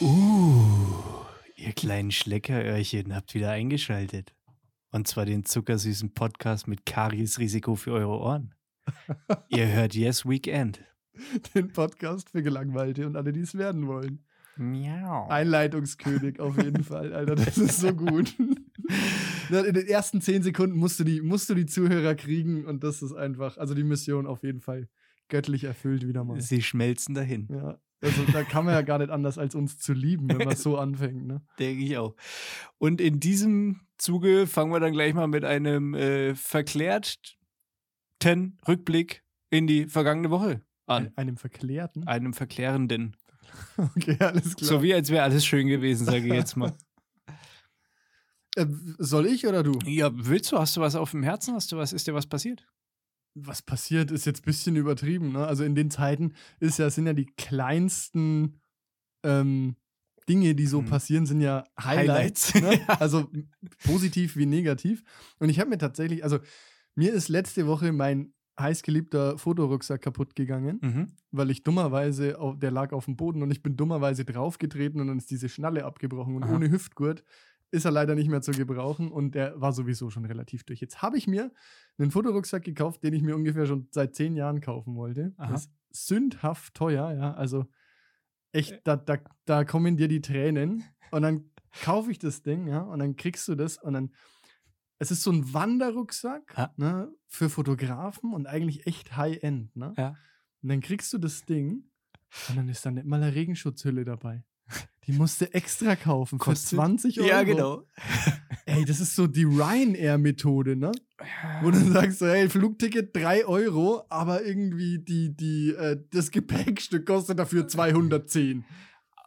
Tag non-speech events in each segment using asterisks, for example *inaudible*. Uh, ihr kleinen Schleckeröhrchen habt wieder eingeschaltet. Und zwar den zuckersüßen Podcast mit Kariesrisiko für eure Ohren. ihr hört Yes Weekend. Den Podcast für Gelangweilte und alle, die es werden wollen. Miau. Einleitungskönig auf jeden Fall, Alter. Das ist so *laughs* gut. Na, In den ersten zehn Sekunden musst du, die, musst du die Zuhörer kriegen und das ist einfach, also die Mission auf jeden Fall göttlich erfüllt wieder mal. Sie schmelzen dahin. Ja. Also da kann man ja gar nicht anders als uns zu *laughs* lieben, wenn man so anfängt, ne? Denke ich auch. Und in diesem Zuge fangen wir dann gleich mal mit einem äh, verklärten Rückblick in die vergangene Woche an. An einem Verklärten. Einem verklärenden. Okay, alles klar. Ah. So wie als wäre alles schön gewesen, sage ich jetzt mal. äh, soll ich oder du? Ja, willst du? Hast du was auf dem Herzen? Hast du was? Ist dir was passiert? was passiert, ist jetzt ein bisschen übertrieben. Ne? Also in den Zeiten ist ja, sind ja die kleinsten ähm, Dinge, die so Hm. passieren, sind ja Highlights. Highlights. Ne? Also positiv wie negativ. Und ich habe mir tatsächlich, also mir ist letzte Woche mein heißgeliebter Fotorucksack kaputt gegangen, *laughs* Mhm. weil ich dummerweise, auf, der lag auf dem Boden und ich bin dummerweise draufgetreten und dann ist diese Schnalle abgebrochen und Aha. ohne Hüftgurt ist er leider nicht mehr zu gebrauchen und der war sowieso schon relativ durch. Jetzt habe ich mir einen Fotorucksack gekauft, den ich mir ungefähr schon seit zehn Jahren kaufen wollte. Aha. Das ist sündhaft teuer, ja. Also echt, da, da, da kommen dir die Tränen. Und dann kaufe ich das Ding, ja, und dann kriegst du das und dann. Es ist so ein Wanderrucksack Ja. ne, für Fotografen und eigentlich echt High-End, ne? Ja. Und dann kriegst du das Ding und dann ist da nicht mal eine Regenschutzhülle dabei. Die musst du extra kaufen für Kostet- 20 Euro. Ja, genau. Ey, das ist so die Ryanair-Methode, ne? Wo du sagst, so, hey, Flugticket 3 Euro, aber irgendwie die, die, äh, das Gepäckstück kostet dafür 210.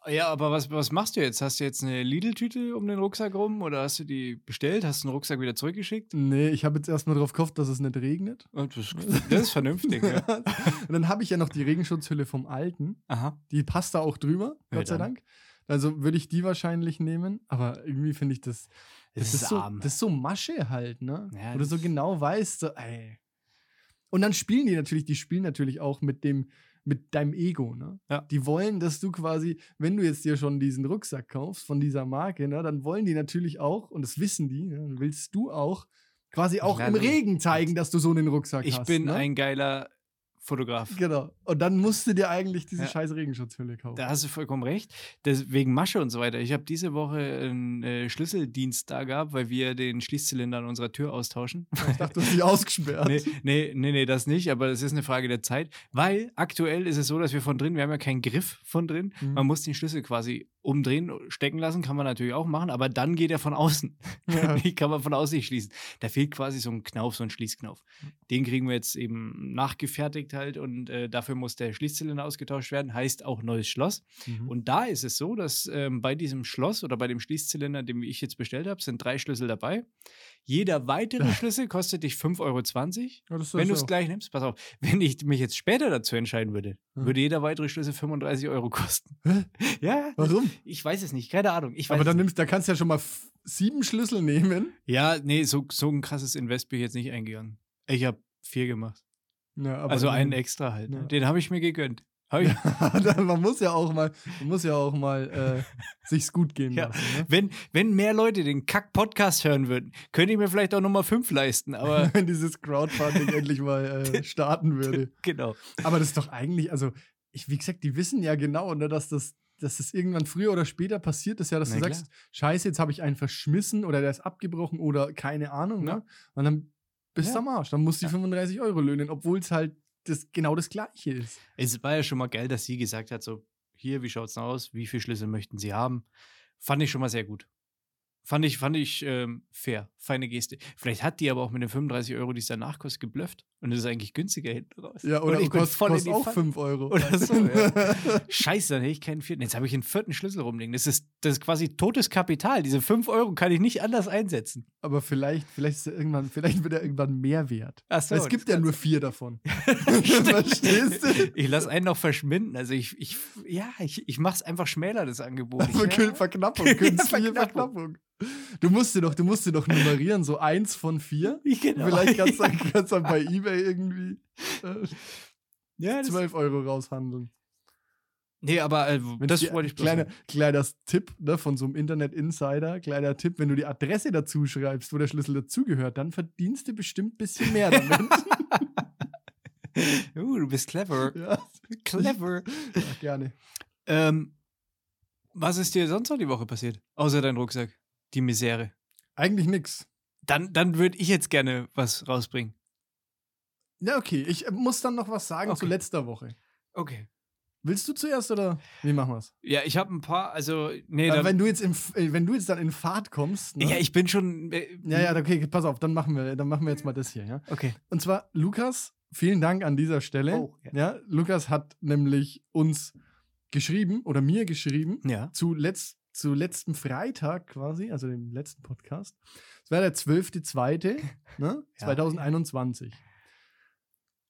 Ja, aber was, was machst du jetzt? Hast du jetzt eine Lidl-Tüte um den Rucksack rum oder hast du die bestellt? Hast du den Rucksack wieder zurückgeschickt? Nee, ich habe jetzt erstmal drauf gehofft, dass es nicht regnet. Und das, *laughs* das ist vernünftig, ja. Und dann habe ich ja noch die Regenschutzhülle vom Alten. Aha. Die passt da auch drüber, Ja, Gott sei dann. Dank. Also würde ich die wahrscheinlich nehmen, aber irgendwie finde ich das. Das, ist, so, das ist so Masche halt, ne? Ja, Wo du so das- genau weißt, so, ey. Und dann spielen die natürlich, die spielen natürlich auch mit dem, mit deinem Ego, ne? Ja. Die wollen, dass du quasi, wenn du jetzt dir schon diesen Rucksack kaufst von dieser Marke, ne, dann wollen die natürlich auch, und das wissen die, ne, dann willst du auch quasi auch Ja, im du- Regen zeigen, dass du so einen Rucksack ich hast. bin ne? ein geiler Fotograf. Genau. Und dann musst du dir eigentlich diese Ja. scheiß Regenschutzhülle kaufen. Da hast du vollkommen recht. Deswegen Masche und so weiter. Ich habe diese Woche einen äh, Schlüsseldienst da gehabt, weil wir den Schließzylinder an unserer Tür austauschen. Ich dachte, *laughs* du hast dich ausgesperrt. Nee, nee, nee, nee, das nicht, aber das ist eine Frage der Zeit, weil aktuell ist es so, dass wir von drin, wir haben ja keinen Griff von drin, Mhm. man muss den Schlüssel quasi umdrehen, äh, stecken lassen, kann man natürlich auch machen, aber dann geht er von *laughs* außen. Ja. Die kann man von außen nicht schließen. Da fehlt quasi so ein Knauf, so ein Schließknauf. Den kriegen wir jetzt eben nachgefertigt halt und äh, dafür muss der Schließzylinder ausgetauscht werden, heißt auch neues Schloss. Mhm. Und da ist es so, dass ähm, bei diesem Schloss oder bei dem Schließzylinder, den ich jetzt bestellt habe, sind drei Schlüssel dabei. Jeder weitere Schlüssel kostet dich 5,20 Euro. Ja, das ist Wenn du ja es schon- gleich nimmst, pass auf, *laughs* wenn ich mich jetzt später dazu entscheiden würde, Ja. würde jeder weitere Schlüssel 35 Euro kosten. *laughs* Hä? ja, Warum? ich weiß es nicht, keine Ahnung. Ich weiß Aber dann es nicht. nimmst, da kannst du ja schon mal f- sieben Schlüssel nehmen. Ja, nee, so, so ein krasses Invest bin ich jetzt nicht eingegangen. Ich habe vier gemacht. Ja, aber also einen *laughs* immerhin. extra halt. ne? Ja. Den habe ich mir gegönnt. Hab ich, Ja, man muss ja auch mal, man muss ja auch mal äh, sich's gut gehen Ja. lassen. Ne? *laughs* Wenn, wenn mehr Leute den Kack-Podcast hören würden, könnte ich mir vielleicht auch Nummer fünf leisten. Aber *laughs* Wenn *laughs* dieses Crowdfunding endlich mal äh, starten würde. genau. Aber das ist doch eigentlich, also, ich, wie gesagt, die wissen ja genau, ne, dass das dass das irgendwann früher oder später passiert ist, ja, dass Na du klar. sagst, scheiße, jetzt habe ich einen verschmissen oder der ist abgebrochen oder keine Ahnung, Ja. ne? Und dann bist du Ja. am Arsch, dann musst du die Ja. 35 Euro löhnen, obwohl es halt das, genau das Gleiche ist. Es war ja schon mal geil, dass sie gesagt hat: so, hier, wie schaut's denn aus? Wie viele Schlüssel möchten sie haben? Fand ich schon mal sehr gut. Fand ich, fand ich ähm, fair, feine Geste. Vielleicht hat die aber auch mit den 35 Euro, die es danach kostet, geblufft. Und es ist eigentlich günstiger hinten raus. Ja, und oder ich bin kostet voll in kost die auch Falle. 5 Euro. Oder so, ja. Scheiße, dann hätte ich keinen vierten. Jetzt habe ich einen vierten Schlüssel rumliegen. Das ist, das ist quasi totes Kapital. Diese 5 Euro kann ich nicht anders einsetzen. *laughs* Aber vielleicht, vielleicht ist er irgendwann, vielleicht wird er irgendwann mehr wert. Ach Weil es gibt ja nur *laughs* vier davon. *laughs* Stimmt. Verstehst du? Ich lasse einen noch verschwinden. Also ich, ich ja, ich, ich mache es einfach schmäler, das Angebot. Ich, Verkün ja. *laughs* Verknappung, Ja, künstliche Verknappung. Verknappung. Du musst dir doch, du musst dir doch nummerieren, so eins von vier. Genau. *laughs* Vielleicht kannst du dann, kannst dann bei Ebay irgendwie äh, ja, das, 12 Euro raushandeln. Nee, aber äh, das die- wollte ich bloß kleiner, sagen. kleiner Tipp ne, von so einem Internet-Insider, kleiner Tipp, wenn du die Adresse dazu schreibst, wo der Schlüssel dazugehört, dann verdienst du bestimmt ein bisschen mehr damit. *laughs* *laughs* Uh, du bist clever. ja, Clever. ja, gerne. ähm, was ist dir sonst noch die Woche passiert? Außer dein Rucksack. Die Misere. Eigentlich nix. Dann, dann würde ich jetzt gerne was rausbringen. Ja, okay. Ich äh, muss dann noch was sagen zu Okay. letzter Woche. Okay. Willst du zuerst oder wie machen wir's? Ja, ich habe ein paar, also, nee, Aber dann, wenn, du jetzt im, F- äh, wenn du jetzt dann in Fahrt kommst. Ne? ja, ich bin schon, äh, ja, ja, okay, pass auf, dann machen, wir, dann machen wir jetzt mal das hier, ja. okay. Und zwar, Lukas, vielen Dank an dieser Stelle. Oh, ja. ja. Lukas hat nämlich uns geschrieben oder mir geschrieben Ja. zu, letzt, zu letzten Freitag quasi, also dem letzten Podcast. Es war *laughs* der 12.2. Ja. ne? 2021.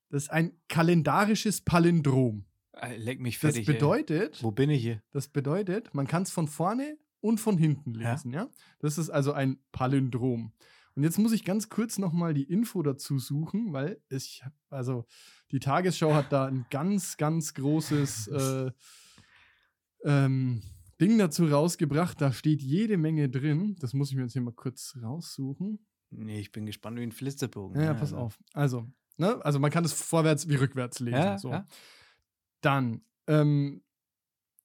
Das ist ein kalendarisches Palindrom. Äh, Leck mich Das fertig. ey. bedeutet, Wo bin ich hier? das bedeutet, man kann es von vorne und von hinten Ja. lesen, ja? Das ist also ein Palindrom. Und jetzt muss ich ganz kurz nochmal die Info dazu suchen, weil ich, hab- also die Tagesschau hat da ein ganz, ganz großes äh, ähm, Ding dazu rausgebracht. Da steht jede Menge drin. Das muss ich mir jetzt hier mal kurz raussuchen. Nee, ich bin gespannt wie ein Flitzebogen. ne? Ja, ja, pass auf. Also, ne? also man kann es vorwärts wie rückwärts lesen. Ja, so. ja. Dann ähm,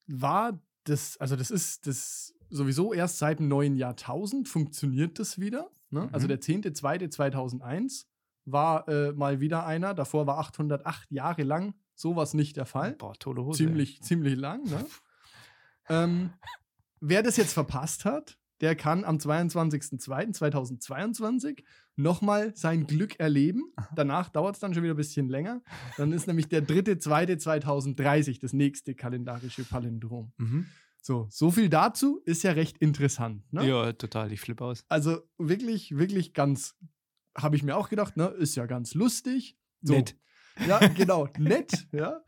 war das, also das ist das sowieso erst seit dem neuen Jahrtausend funktioniert das wieder. Ne? Mhm. Also der 10.2.2001 war äh, mal wieder einer. Davor war 808 Jahre lang sowas nicht der Fall. Boah, tolle Hose. Ziemlich, ziemlich lang. Ne? ähm, wer das jetzt verpasst hat, der kann am 22.02.2022 nochmal sein Glück erleben. Danach dauert es dann schon wieder ein bisschen länger. Dann ist nämlich der 3.02.2030 das nächste kalendarische Palindrom. Mhm. So, so viel dazu ist ja recht interessant. Ne? Ja, total. Ich flippe aus. Also wirklich, wirklich ganz, habe ich mir auch gedacht, ne? ist ja ganz lustig. So. Nett. Ja, *laughs* genau, nett, ja.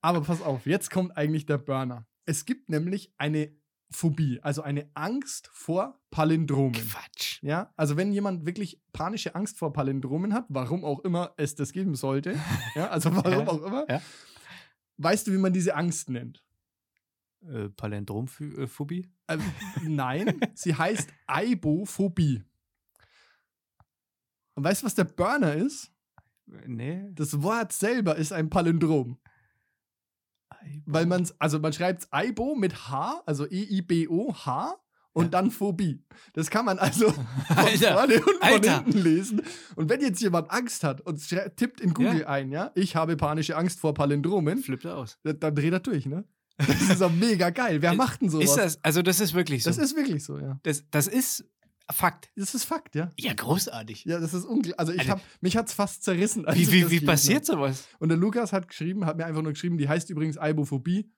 Aber pass auf, jetzt kommt eigentlich der Burner. Es gibt nämlich eine Phobie, also eine Angst vor Palindromen. Quatsch. Ja, also wenn jemand wirklich panische Angst vor Palindromen hat, warum auch immer es das *laughs* geben sollte, ja, also warum Ja, auch immer, ja. weißt du, wie man diese Angst nennt? Äh, Palindromphobie? Ähm, nein, sie heißt Aibophobie. Und weißt du, was der Burner ist? Äh, *laughs* Nee. Das Wort selber ist ein Palindrom. Weil man also man schreibt Aibo mit H, also E-I-B-O-H und Ja. dann Phobie. Das kann man also *laughs* von Alter, vorne und von Alter. hinten lesen. Und wenn jetzt jemand Angst hat und schrei- tippt in Google ein, ja, ich habe panische Angst vor Palindromen, flippt er aus. da- dann dreht er durch, ne? Das ist doch mega geil. Wer Ist- macht denn sowas? Ist das, also das ist wirklich so. das ist wirklich so, ja. das, das ist Fakt. Das ist Fakt, ja. Ja, großartig. Ja, das ist ungl. Also ich Alter. hab, mich hat's fast zerrissen. als Wie, ich wie, Also wie das ne? gelesen hab. passiert sowas? Und der Lukas hat geschrieben, hat mir einfach nur geschrieben, die heißt übrigens Albophobie.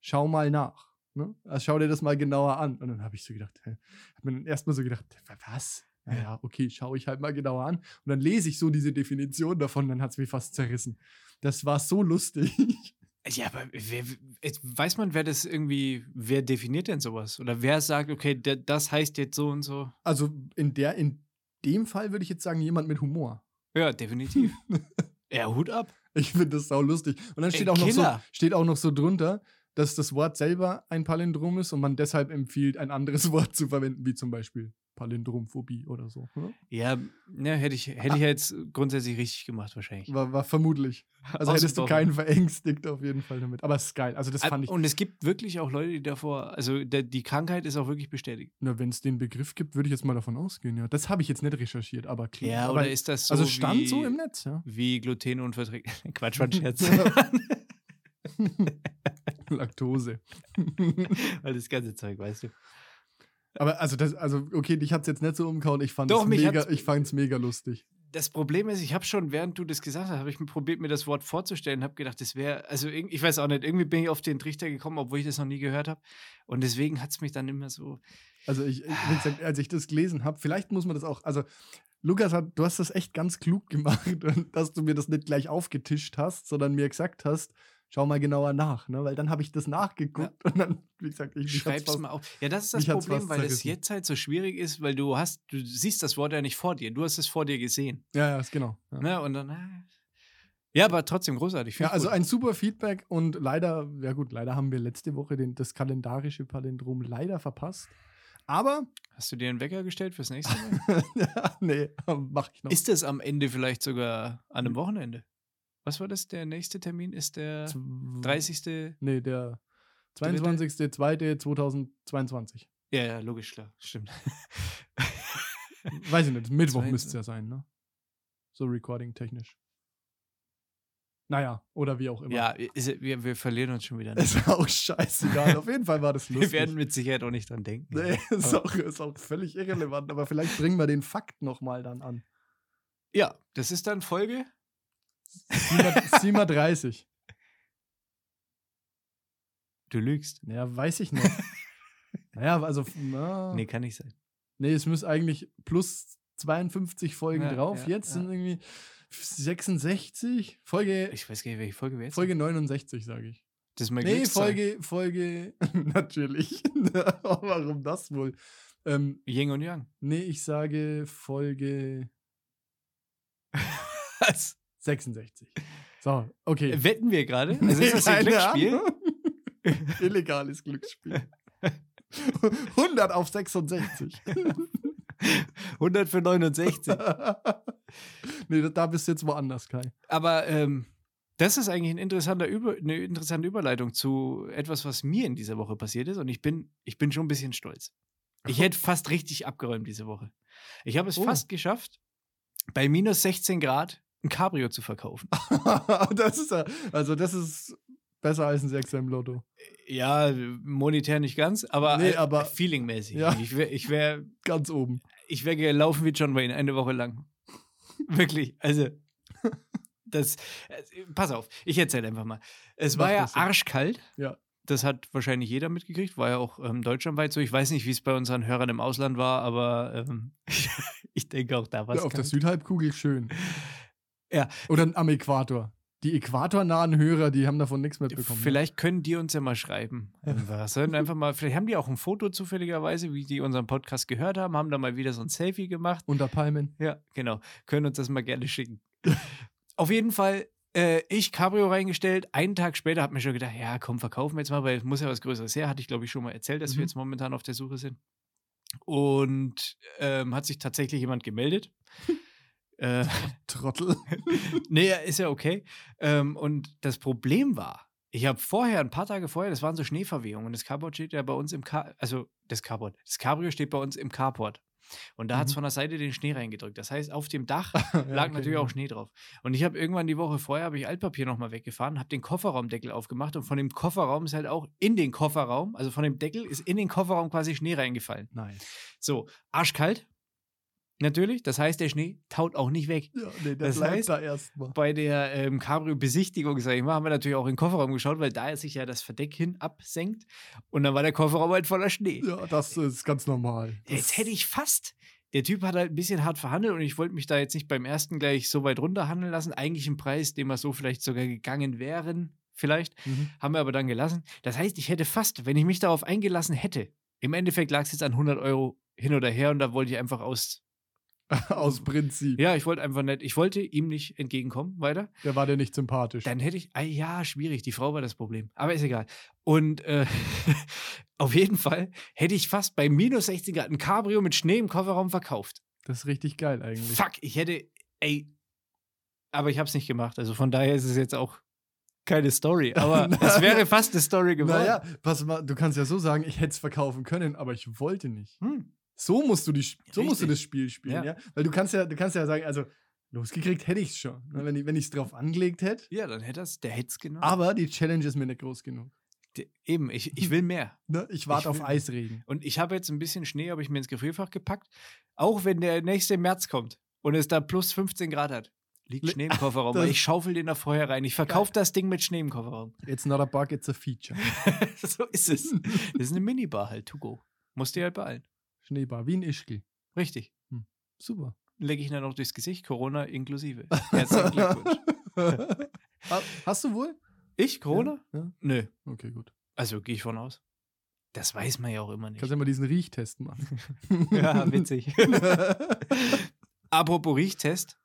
Schau mal nach. Ne? Also schau dir das mal genauer an. Und dann habe ich so gedacht, hä? hab mir dann erstmal so gedacht, wa- was? Naja, okay, schaue ich halt mal genauer an. Und dann lese ich so diese Definition davon, dann hat es mich fast zerrissen. Das war so lustig. *laughs* Ja, aber wer, jetzt weiß man, wer das irgendwie, wer definiert denn sowas? Oder wer sagt, okay, der, das heißt jetzt so und so? Also in, der, in dem Fall würde ich jetzt sagen, jemand mit Humor. Ja, *laughs* definitiv. ja, Hut ab. Ich finde das sau lustig. Und dann Ey, steht auch, noch so, Killer. steht auch noch so drunter, dass das Wort selber ein Palindrom ist und man deshalb empfiehlt, ein anderes *laughs* Wort zu verwenden, wie zum Beispiel Palindromphobie oder so. ne? Ja, ne, hätte ich, hätte ich ja jetzt grundsätzlich richtig gemacht, wahrscheinlich. War, war vermutlich. Also hättest du Ausgebrochen. keinen verängstigt auf jeden Fall damit. Aber es ist geil. Also das Ab- fand ich. Äh, Und es gibt wirklich auch Leute, die davor, also der, die Krankheit ist auch wirklich bestätigt. Na, wenn es den Begriff gibt, würde ich jetzt mal davon ausgehen. Ja, das habe ich jetzt nicht recherchiert, aber klar. Ja, aber oder ist das so also stand wie, so im *laughs* Netz, ja. wie Glutenunverträglichkeit? *laughs* Quatsch, war ein Scherz. Laktose. Weil das ganze Zeug, weißt du. aber also das, also okay, dich hat es jetzt nicht so umgehauen. Ich fand Doch, es mich mega, hat's- ich fand's mega lustig. Das Problem ist, ich habe schon, während du das gesagt hast, habe ich probiert, mir das Wort vorzustellen, habe gedacht, das wäre, also irg- ich weiß auch nicht, irgendwie bin ich auf den Trichter gekommen, obwohl ich das noch nie gehört habe. Und deswegen hat es mich dann immer so. Also ich, ich- wie gesagt, als ich das gelesen habe, vielleicht muss man das auch, also Lukas hat, du *laughs* hast das echt ganz klug gemacht, und dass du mir das nicht gleich aufgetischt hast, sondern mir gesagt hast, schau mal genauer nach, ne? weil dann habe ich das nachgeguckt und dann, wie gesagt, ich mich hat's Schreib's fast- mal auf. Ja, das ist das mich hat's Problem, fast weil es zerrissen. jetzt halt so schwierig ist, weil du hast, du siehst das Wort ja nicht vor dir. Du hast es vor dir gesehen. Ja, ja, ist genau. Ja. Ne? Und dann. äh. Ja, aber trotzdem großartig. Find Ja, ich also gut. ein super Feedback und leider, ja gut, leider haben wir letzte Woche den, das kalendarische Palindrom leider verpasst. Aber, *laughs* hast du dir einen Wecker gestellt fürs nächste Mal? ja, nee, mach ich noch. Ah, Ist das am Ende vielleicht sogar an einem Wochenende? Was war das? Der nächste Termin ist der Zw- 30. Nee, der 22.02.2022. Ja, ja, logisch, klar. Stimmt. Weiß ich nicht, Mittwoch Zweite. müsste es ja sein, ne? So recording-technisch. Naja, oder wie auch immer. ja, ist, wir, wir verlieren uns schon wieder. Ne? *laughs* Ist auch scheißegal. Auf jeden Fall war das *laughs* lustig. Wir werden mit Sicherheit auch nicht dran denken. nee, *laughs* ist Aber- auch, ist auch völlig irrelevant, aber vielleicht bringen wir den Fakt nochmal dann an. Ja, das ist dann Folge. *laughs* 730. Du lügst. Naja, weiß ich *laughs* nicht. naja, also, na, Nee, nee. kann nicht sein. es müssen eigentlich plus 52 Folgen Ja, drauf. ja, Jetzt ja. sind irgendwie 66, Folge, Ich weiß gar nicht, welche Folge wir jetzt Folge 69, sage ich. Das ist mein Nee, Glückszahl. Folge, Folge, *laughs* natürlich. *laughs* Warum das wohl? Ähm, Yin und Yang. nee, ich sage Folge Was? 66. So, okay. *laughs* Wetten wir gerade? Also ist das ein Keine Glücksspiel? Ahnung. *laughs* *laughs* Illegales Glücksspiel. 100 auf 66. 100 für 69. *laughs* nee, da- da bist du jetzt woanders, Kai. *laughs* Aber ähm, das ist eigentlich ein interessanter Über eine interessante Überleitung zu etwas, was mir in dieser Woche passiert ist. Und ich bin, ich bin schon ein bisschen stolz. Ich hätte fast richtig abgeräumt diese Woche. Ich habe es Oh. fast geschafft, bei minus 16 Grad ein Cabrio zu verkaufen. Ah. das ist ja, also das ist besser als ein Sechser im Lotto. Ja, monetär nicht ganz, aber, Nee, äh, aber- feelingmäßig. Ja. Ich wäre ich wär Ganz oben. ich wäre gelaufen wie John Wayne eine Woche lang. *laughs* Wirklich. Also, das. äh, Pass auf, ich erzähle einfach mal. Es war Mach ja das, ja. arschkalt. Ja. Das hat wahrscheinlich jeder mitgekriegt, war ja auch ähm, deutschlandweit so. Ich weiß nicht, wie es bei unseren Hörern im Ausland war, aber ähm, *laughs* ich denke auch da war Ja, es. auf der kalt. Südhalbkugel schön. *laughs* Ja. Oder am Äquator. Die äquatornahen Hörer, die haben davon nichts mitbekommen. ne? Vielleicht können die uns ja mal schreiben. Was sollen einfach mal, vielleicht haben die auch ein Foto zufälligerweise, wie die unseren Podcast gehört haben, haben da mal wieder so ein Selfie gemacht. Unter *laughs* Palmen. Ja, genau. Können uns das mal gerne schicken. Auf jeden Fall, äh, ich Cabrio reingestellt. Einen Tag später habe mir schon gedacht, ja, komm, verkaufen wir jetzt mal, weil es muss ja was Größeres her. Hatte ich, glaube ich, schon mal erzählt, dass wir Mhm. jetzt momentan auf der Suche sind. Und ähm, hat sich tatsächlich jemand gemeldet. äh, Trottel. *laughs* nee, ist ja okay. Ähm, und das Problem war, ich habe vorher, ein paar Tage vorher, das waren so Schneeverwehungen. Und das Carport steht ja bei uns im Car also das Carport, das Cabrio steht bei uns im Carport. Und da hat es Mhm. von der Seite den Schnee reingedrückt. Das heißt, auf dem Dach *laughs* Ja, lag okay, natürlich ja. auch Schnee drauf. Und ich habe irgendwann die Woche vorher, habe ich Altpapier nochmal weggefahren, habe den Kofferraumdeckel aufgemacht und von dem Kofferraum ist halt auch in den Kofferraum, also von dem Deckel ist in den Kofferraum quasi Schnee reingefallen. Nein. So, arschkalt. Natürlich, das heißt, der Schnee taut auch nicht weg. Ja, nee, der Das bleibt heißt- da erstmal. Bei der ähm, Cabrio-Besichtigung, sage ich mal, haben wir natürlich auch in den Kofferraum geschaut, weil da sich ja das Verdeck hin absenkt und dann war der Kofferraum halt voller Schnee. *laughs* Ja, das ist ganz normal. Jetzt hätte ich fast. Der Typ hat halt ein bisschen hart verhandelt und ich wollte mich da jetzt nicht beim ersten gleich so weit runterhandeln lassen. Eigentlich ein Preis, den wir so vielleicht sogar gegangen wären, vielleicht. *laughs* Mhm. Haben wir aber dann gelassen. Das heißt, ich hätte fast, wenn ich mich darauf eingelassen hätte, im Endeffekt lag es jetzt an 100 Euro hin oder her und da wollte ich einfach aus. Aus Prinzip. Ja, ich wollte einfach nicht, ich wollte ihm nicht entgegenkommen weiter. Der war dir nicht sympathisch. Dann hätte ich, ah, ja, schwierig, die Frau war das Problem. Aber ist egal. Und äh, *laughs* auf jeden Fall hätte ich fast bei minus 60 Grad ein Cabrio mit Schnee im Kofferraum verkauft. das ist richtig geil eigentlich. Fuck, ich hätte, ey, aber ich habe es nicht gemacht. Also von daher ist es jetzt auch keine Story, aber Naja. es wäre fast eine Story geworden. Naja, pass mal, du kannst ja so sagen, ich hätte es verkaufen können, aber ich wollte nicht. Hm. So musst du, die, Sp- so musst du Richtig. das Spiel spielen, ja. Ja. Weil du kannst ja, du kannst ja sagen, also losgekriegt hätte ich es schon, ne, wenn ich es drauf angelegt hätte. Ja, dann hätte es, der hätte es genommen. Aber die Challenge ist mir nicht groß genug. D- Eben, ich, ich will mehr. Ne? Ich warte Ich auf will- Eisregen. Und ich habe jetzt ein bisschen Schnee, habe ich mir ins Gefrierfach gepackt. Auch wenn der nächste März kommt und es da plus 15 Grad hat, liegt Le- Schnee im Kofferraum. Das- weil ich schaufel den da vorher rein. Ich verkaufe das Ding mit Schnee im Kofferraum. *laughs* It's not a bug, it's a feature. so ist es. Das ist eine Minibar halt, to go. Musst dir halt beeilen. Schneebar, wie ein Ischgl. Richtig. Super. Lecke ich ihn dann noch *laughs* durchs Gesicht, Corona inklusive. Herzlichen Glückwunsch. Ha- Hast du wohl? Ich? Corona? Ja? Ja? Nö. Okay, gut. Also gehe ich von aus. Das weiß man ja auch immer nicht. *laughs* Kannst ja mal diesen Riechtest machen. Ja, witzig. Apropos Riechtest.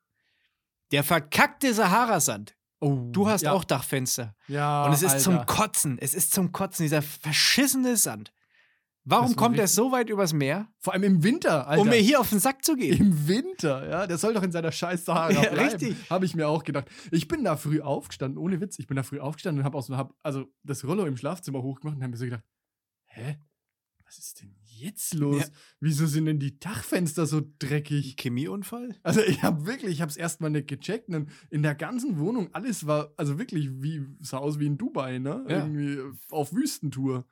Der verkackte Saharasand. *laughs* oh, Du hast ja. auch Dachfenster. Ja, Und es ist Alter. zum Kotzen. Es ist zum Kotzen, dieser verschissene Sand. Warum Das war kommt er so weit übers Meer, Vor allem im Winter, Alter. um mir hier auf den Sack zu *laughs* gehen? Im Winter, ja. Der soll doch in seiner scheiß Sahara Ja, bleiben. richtig. Habe ich mir auch gedacht. Ich bin da früh aufgestanden, ohne Witz. Ich bin da früh aufgestanden und habe so, hab, also das Rollo im Schlafzimmer hochgemacht und habe mir so gedacht, hä? Was ist denn jetzt los? Ja. Wieso sind denn die Dachfenster so dreckig? Chemieunfall? Also ich habe wirklich, ich habe es erstmal nicht gecheckt. Und in der ganzen Wohnung, alles war, also wirklich, wie sah aus wie in Dubai, ne? Ja. Irgendwie auf Wüstentour.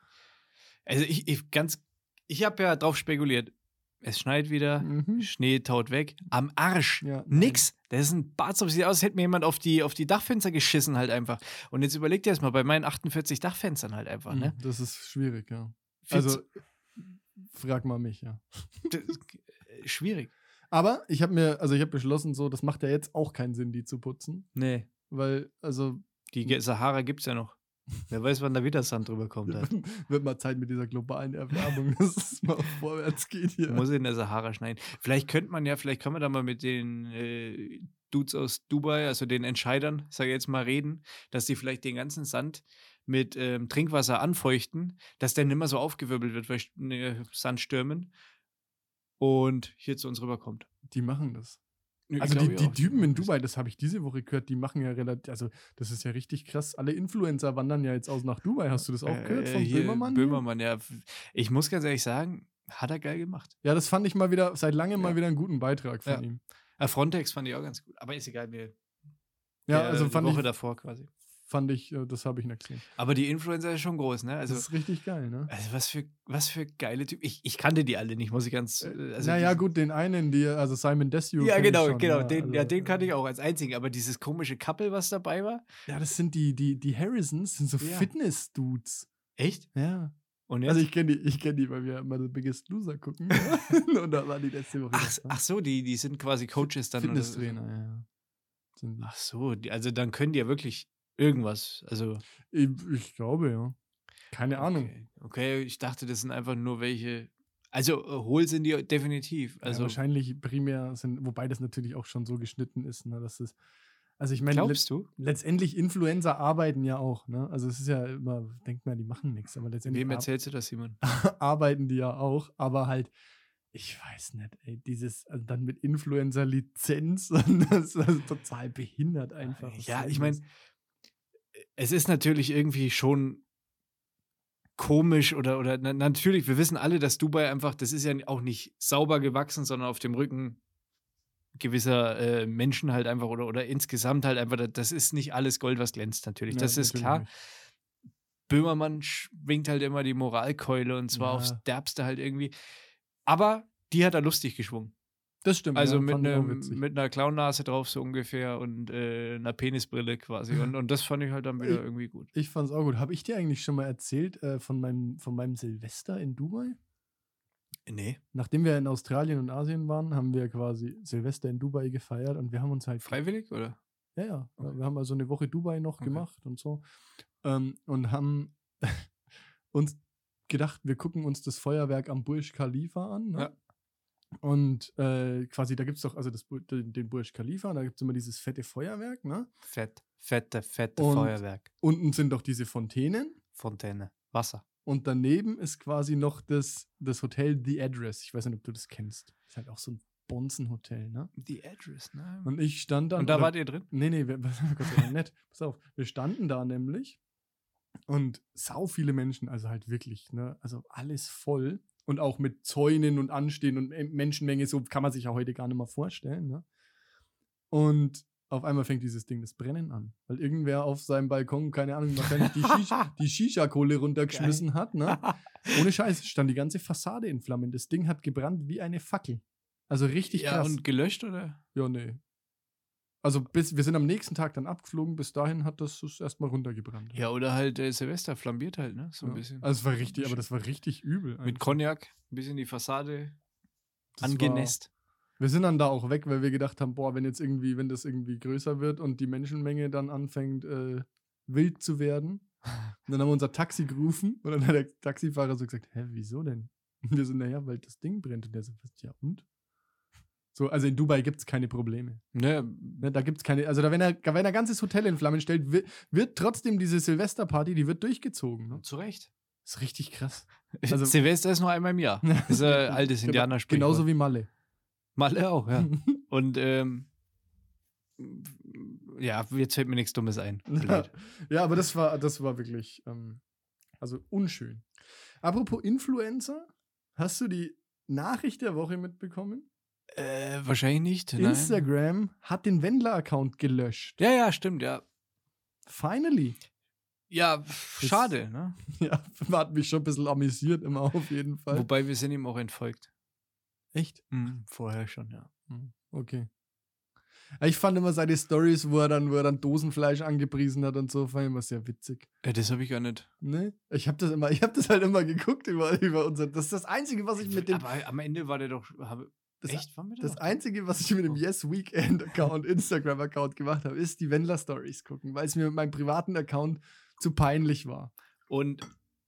Also ich, ich ganz, ich habe ja drauf spekuliert. Es schneit wieder, Mhm. Schnee taut weg, am Arsch. Ja, nein. Nix. Das ist ein Bad, so sieht aus, als hätte mir jemand auf die, auf die Dachfenster geschissen halt einfach. Und jetzt überleg dir das mal, bei meinen 48 Dachfenstern halt einfach, ne? Mhm, Das ist schwierig, ja. Viel Also zu- frag mal mich, ja. das ist äh, schwierig. Aber ich habe mir, also ich habe beschlossen, so, das macht ja jetzt auch keinen Sinn, die zu putzen. Nee. Weil, also, Die Ge- Sahara gibt's ja *laughs* noch. Wer weiß, wann da wieder Sand drüber kommt. Halt. wird mal Zeit mit dieser globalen Erwärmung, *laughs* dass es mal vorwärts geht hier. Muss in der Sahara schneiden. Vielleicht könnte man ja, vielleicht kann man da mal mit den äh, Dudes aus Dubai, also den Entscheidern, sage ich jetzt mal, reden, dass die vielleicht den ganzen Sand mit ähm, Trinkwasser anfeuchten, dass der nimmer so aufgewirbelt wird bei St- ne, Sandstürmen und hier zu uns rüberkommt. die machen das. Ich Also glaube die, ja die auch, Typen in machen das. Dubai, das habe ich diese Woche gehört, die machen ja relativ, also das ist ja richtig krass. Alle Influencer wandern ja jetzt aus nach Dubai. Hast du das auch gehört Äh, von hier, Böhmermann? Böhmermann, ja. Ich muss ganz ehrlich sagen, hat er geil gemacht. Ja, das fand ich mal wieder, seit langem Ja. mal wieder einen guten Beitrag von Ja. ihm. Äh, Frontex fand ich auch ganz gut, aber ist egal, mir. Ja, der- also die fand Woche ich, davor quasi. fand ich, äh, das habe ich nicht gesehen. Aber die Influencer ist schon groß, ne? Das Also ist richtig geil, ne? Also was für, was für geile Typen. Ich, ich kannte die alle nicht, muss ich ganz. äh, Also naja, die- gut, den einen, die, also Simon Desue. Ja, kenn ich genau, schon, genau. Den, ja, also, den kannte äh, ich auch als einzigen, aber dieses komische Couple, was dabei war. Ja, das sind die, die, die Harrisons, sind so Ja. Fitness-Dudes. Echt? Ja. Und jetzt? Also ich kenne die, ich kenn die, weil wir immer The Biggest Loser gucken. *laughs* und da war die letzte Woche. ach, ach so, die, die sind quasi Coaches dann. oder so. Fitnesstrainer, ja, ja. Sind die. Ach so, die, also dann können die ja wirklich irgendwas. Also. Ich, ich glaube, ja. Keine Ahnung. Okay. okay, ich dachte, das sind einfach nur welche. Also äh, hohl sind die definitiv. Also Also, ja, wahrscheinlich primär sind, wobei das natürlich auch schon so geschnitten ist, ne, dass es. Also ich meine, glaubst du? letztendlich Influencer arbeiten ja auch, ne? Also es ist ja immer, denkt man, die machen nichts, aber letztendlich Wem ar- erzählst du das, Simon? arbeiten die ja auch, aber halt, ich weiß nicht, ey, dieses, also dann mit Influencer-Lizenz, *laughs* das ist also total behindert einfach. Was Ah, Ja, soll ich meine, das? es ist natürlich irgendwie schon komisch oder, oder na, natürlich, wir wissen alle, dass Dubai einfach, das ist ja auch nicht sauber gewachsen, sondern auf dem Rücken gewisser äh, Menschen halt einfach oder, oder insgesamt halt einfach, da- das ist nicht alles Gold, was glänzt natürlich, Ja, das ist natürlich klar. nicht. Böhmermann schwingt halt immer die Moralkeule und zwar Ja. aufs Derbste halt irgendwie. Aber die hat er lustig geschwungen. Das stimmt. Also ja, mit, fand ich auch einem, witzig. mit einer Clownnase drauf, so ungefähr, und äh, einer Penisbrille quasi. Und, und das fand ich halt dann wieder Ich- irgendwie gut. Ich fand's auch gut. Habe ich dir eigentlich schon mal erzählt äh, von, meinem, von meinem Silvester in Dubai? Nee. Nachdem wir in Australien und Asien waren, haben wir quasi Silvester in Dubai gefeiert und wir haben uns halt Freiwillig oder? Ja, ja. Okay. Wir haben also eine Woche Dubai noch Okay. gemacht und so. Ähm, und haben *laughs* uns gedacht, wir gucken uns das Feuerwerk am Burj Khalifa an. Ne? Ja. Und äh, quasi, da gibt es doch also das, Bu- den den Burj Khalifa, und da gibt es immer dieses fette Feuerwerk. Ne? Fett, fette, fette Und- Feuerwerk. Unten sind doch diese Fontänen. Fontäne. Wasser. Und daneben ist quasi noch das, das Hotel The Address. Ich weiß nicht, ob du das kennst. Ist halt auch so ein Bonzenhotel, ne? The Address, ne? Und, Und ich stand dann. da oder- wart ihr drin? Nee, nee, Ne, wir, *laughs* Gott sei Dank nett. Pass auf, wir standen da nämlich und sau viele Menschen, also halt wirklich, ne? Also alles voll und auch mit Zäunen und Anstehen und M- Menschenmenge, so kann man sich ja heute gar nicht mehr vorstellen, ne? Und auf einmal fängt dieses Ding das Brennen an, weil irgendwer auf seinem Balkon, keine Ahnung, wahrscheinlich die, Shish *laughs* die Shisha-Kohle runtergeschmissen hat, ne? Ohne Scheiß, stand die ganze Fassade in Flammen. Das Ding hat gebrannt wie eine Fackel. Also richtig ja, krass. und gelöscht oder? Ja, nee. Also bis, wir sind am nächsten Tag dann abgeflogen, bis dahin hat das es erstmal runtergebrannt. Ja, oder halt äh, Silvester flambiert halt, ne? So ein Ja. bisschen. Also es war richtig, aber das war richtig übel. Mit einfach. Cognac, ein bisschen die Fassade Das angenässt. War, wir sind dann da auch weg, weil wir gedacht haben, boah, wenn jetzt irgendwie, wenn das irgendwie größer wird und die Menschenmenge dann anfängt, äh, wild *laughs* zu werden. Und dann haben wir unser Taxi gerufen und dann hat der Taxifahrer so gesagt, hä, wieso denn? Und wir so, naja, weil das Ding brennt. Und der so, was, ja und? So, also in Dubai gibt es keine Probleme. Ne, Ne, da gibt's keine, also da, wenn, er, wenn er ganzes Hotel in Flammen stellt, wird, wird trotzdem diese Silvesterparty, die wird durchgezogen. Ne? zu Recht. Ist richtig krass. Also- Also, *laughs* Silvester ist nur einmal im *laughs* Jahr. Das ist äh, altes Indianerspiel. Genauso wie Malle. Malle auch, äh, oh, *laughs* ja. Und ähm, ja, jetzt fällt mir nichts Dummes *laughs* ein. Blöd. Ja, aber das war, das war wirklich, ähm, also unschön. Apropos Influencer, hast du die Nachricht der Woche mitbekommen? Äh, wahrscheinlich nicht. Nein. Instagram hat den Wendler-Account gelöscht. Ja, ja, stimmt, ja. Finally. Ja, pff, schade, ne? *laughs* Ja, hat mich schon ein bisschen amüsiert immer auf jeden Fall. Wobei wir sind ihm auch entfolgt. Echt? Mhm, vorher schon, ja. Mhm. Okay. Ja, Ich fand immer seine Stories, wo er dann, wo er dann Dosenfleisch angepriesen hat und so, fand ich immer sehr witzig. Äh, das habe ich gar nicht. Ne? Ich habe das immer, ich habe das halt immer geguckt über, *laughs* über unser. Das ist das Einzige, was ich mit dem, Aber am Ende war der doch. Habe, das, echt? Waren wir da das noch? Einzige, was ich mit dem Yes Weekend Account, Instagram Account gemacht habe, ist die Wendler Stories gucken, weil es mir mit meinem privaten Account zu peinlich war, Und,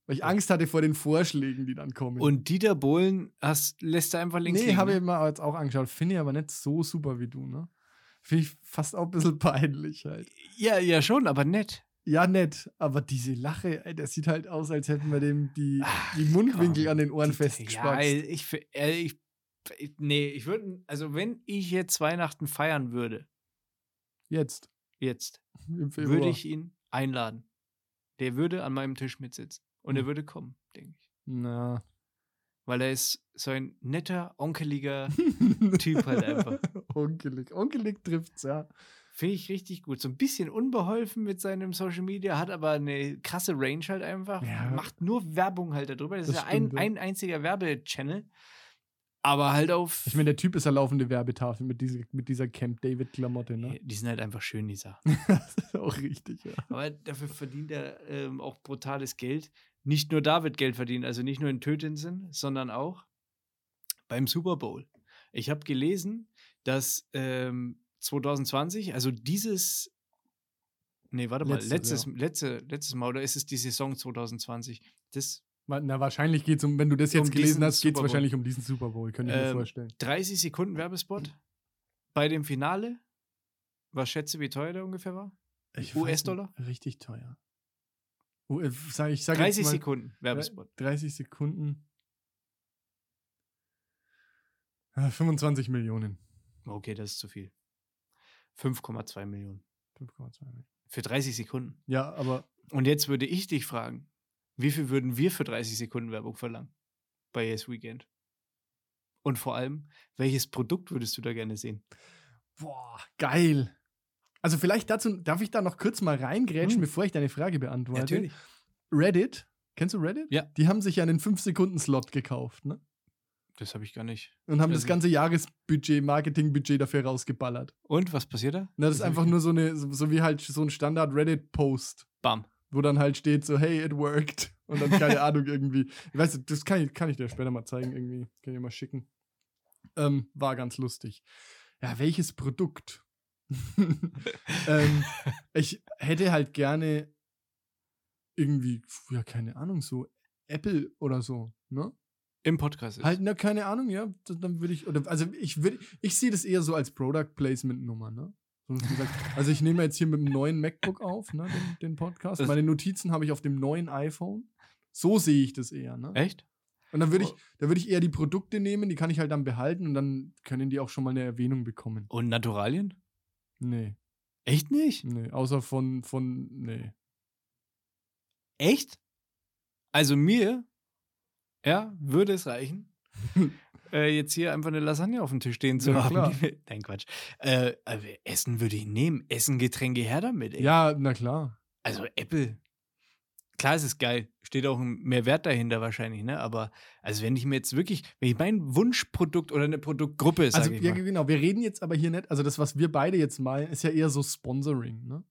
weil ich Angst hatte vor den Vorschlägen, die dann kommen. und Dieter Bohlen hast, lässt er einfach links nee, liegen. habe ne? ich mir jetzt auch angeschaut. Finde ich aber nicht so super wie du, ne? Finde ich fast auch ein bisschen *laughs* peinlich halt. Ja, ja, schon, aber nett. Ja, nett, aber diese Lache, ey, das sieht halt aus, als hätten wir dem die, die Mundwinkel komm, an den Ohren Ja, festgespackt. ey, ich, f- ey, ich, ich- nee, ich würde, also wenn ich jetzt Weihnachten feiern würde, Jetzt, jetzt, im Februar. würde ich ihn einladen. Der würde an meinem Tisch mitsitzen und er Mhm. würde kommen, denke ich. *laughs* Na. Weil er ist so ein netter, *laughs* onkeliger Typ halt einfach. Onkelig. Onkelig trifft's, ja. Finde ich richtig gut. So ein bisschen unbeholfen mit seinem Social Media, hat aber eine krasse Range halt einfach. Ja. Macht nur Werbung halt darüber. Das, Das ist ja ein, stimmt, ja. ein einziger Werbechannel. Aber halt auf. Ich meine, der Typ ist eine laufende Werbetafel mit dieser, mit dieser Camp David-Klamotte, ne? die sind halt einfach schön, die Sachen. das *laughs* ist auch richtig, ja. Aber dafür verdient er ähm, auch brutales Geld. Nicht nur da wird Geld verdient, also nicht nur in Tötinsen, sondern auch beim Super Bowl. Ich habe gelesen, dass ähm, 2020, also dieses, nee, warte mal, letztes, Letztes letzte, letztes Mal, oder ist es die Saison 2020? Das Ma- Na, wahrscheinlich geht's um, wenn du das jetzt Um gelesen diesen hast, geht's Super Bowl. wahrscheinlich um diesen Super Bowl, könnte ich mir Ähm, vorstellen. 30 Sekunden Werbespot bei dem Finale. Was schätze, wie teuer der ungefähr war? Ich US-Dollar? weiß nicht, Richtig teuer. Oh, äh, sag, ich sag 30 jetzt mal, Sekunden Werbespot. 30 Sekunden. Äh, 25 Millionen. Okay, das ist zu viel. 5,2 Millionen. 5,2 Millionen. Für 30 Sekunden. Ja, aber Und jetzt würde ich dich fragen, wie viel würden wir für 30 Sekunden Werbung verlangen bei Yes Weekend? Und vor allem, welches Produkt würdest du da gerne sehen? boah, geil. Also vielleicht dazu, darf ich da noch kurz mal reingrätschen, Hm. bevor ich deine Frage beantworte? Reddit, kennst du Reddit? Ja. Die haben sich ja einen 5-Sekunden-Slot gekauft, ne? Das habe ich gar nicht. Und haben Ja, das sie- ganze Jahresbudget, Marketingbudget dafür rausgeballert. Und was passiert da? Na, das ist hab ich einfach nicht. nur so eine, so, so wie halt so ein Standard-Reddit-Post. Bam. wo dann halt steht so, hey, it worked. Und dann keine Ahnung irgendwie. Ich weiß, nicht, das kann ich, kann ich dir später mal zeigen irgendwie. Kann ich dir mal schicken. Ähm, war ganz lustig. Ja, welches Produkt? *laughs* ähm, ich hätte halt gerne irgendwie, ja, keine Ahnung, so Apple oder so, ne? Im Podcast ist. Halt, na, keine Ahnung, ja, d- dann würde ich, oder, also ich würde, ich sehe das eher so als Product Placement Nummer, ne? So, wie gesagt, *laughs* Also ich nehme jetzt hier mit dem neuen MacBook auf, ne, den, den Podcast. Das- Meine Notizen habe ich auf dem neuen iPhone. So sehe ich das eher, ne? Echt? Oh. Und dann würde ich, da würde ich eher die Produkte nehmen, die kann ich halt dann behalten und dann können die auch schon mal eine Erwähnung bekommen. Und Naturalien? Nee, Echt nicht? nee, außer von, von, nee. Echt? Also mir, ja, würde es *laughs* reichen, äh, jetzt hier einfach eine Lasagne auf dem Tisch stehen zu Ja, haben. klar. *laughs* Nein, Quatsch. Äh, aber Essen würde ich nehmen. Essen, Getränke her damit. Ey. Ja, na klar. Also Apple, klar ist es geil, steht auch ein Mehrwert dahinter wahrscheinlich, ne? Aber also wenn ich mir jetzt wirklich, wenn ich mein Wunschprodukt oder eine Produktgruppe, sage Also, ich ja, mal, genau, wir reden jetzt aber hier nicht, also das, was wir beide jetzt meinen, ist ja eher so Sponsoring, ne?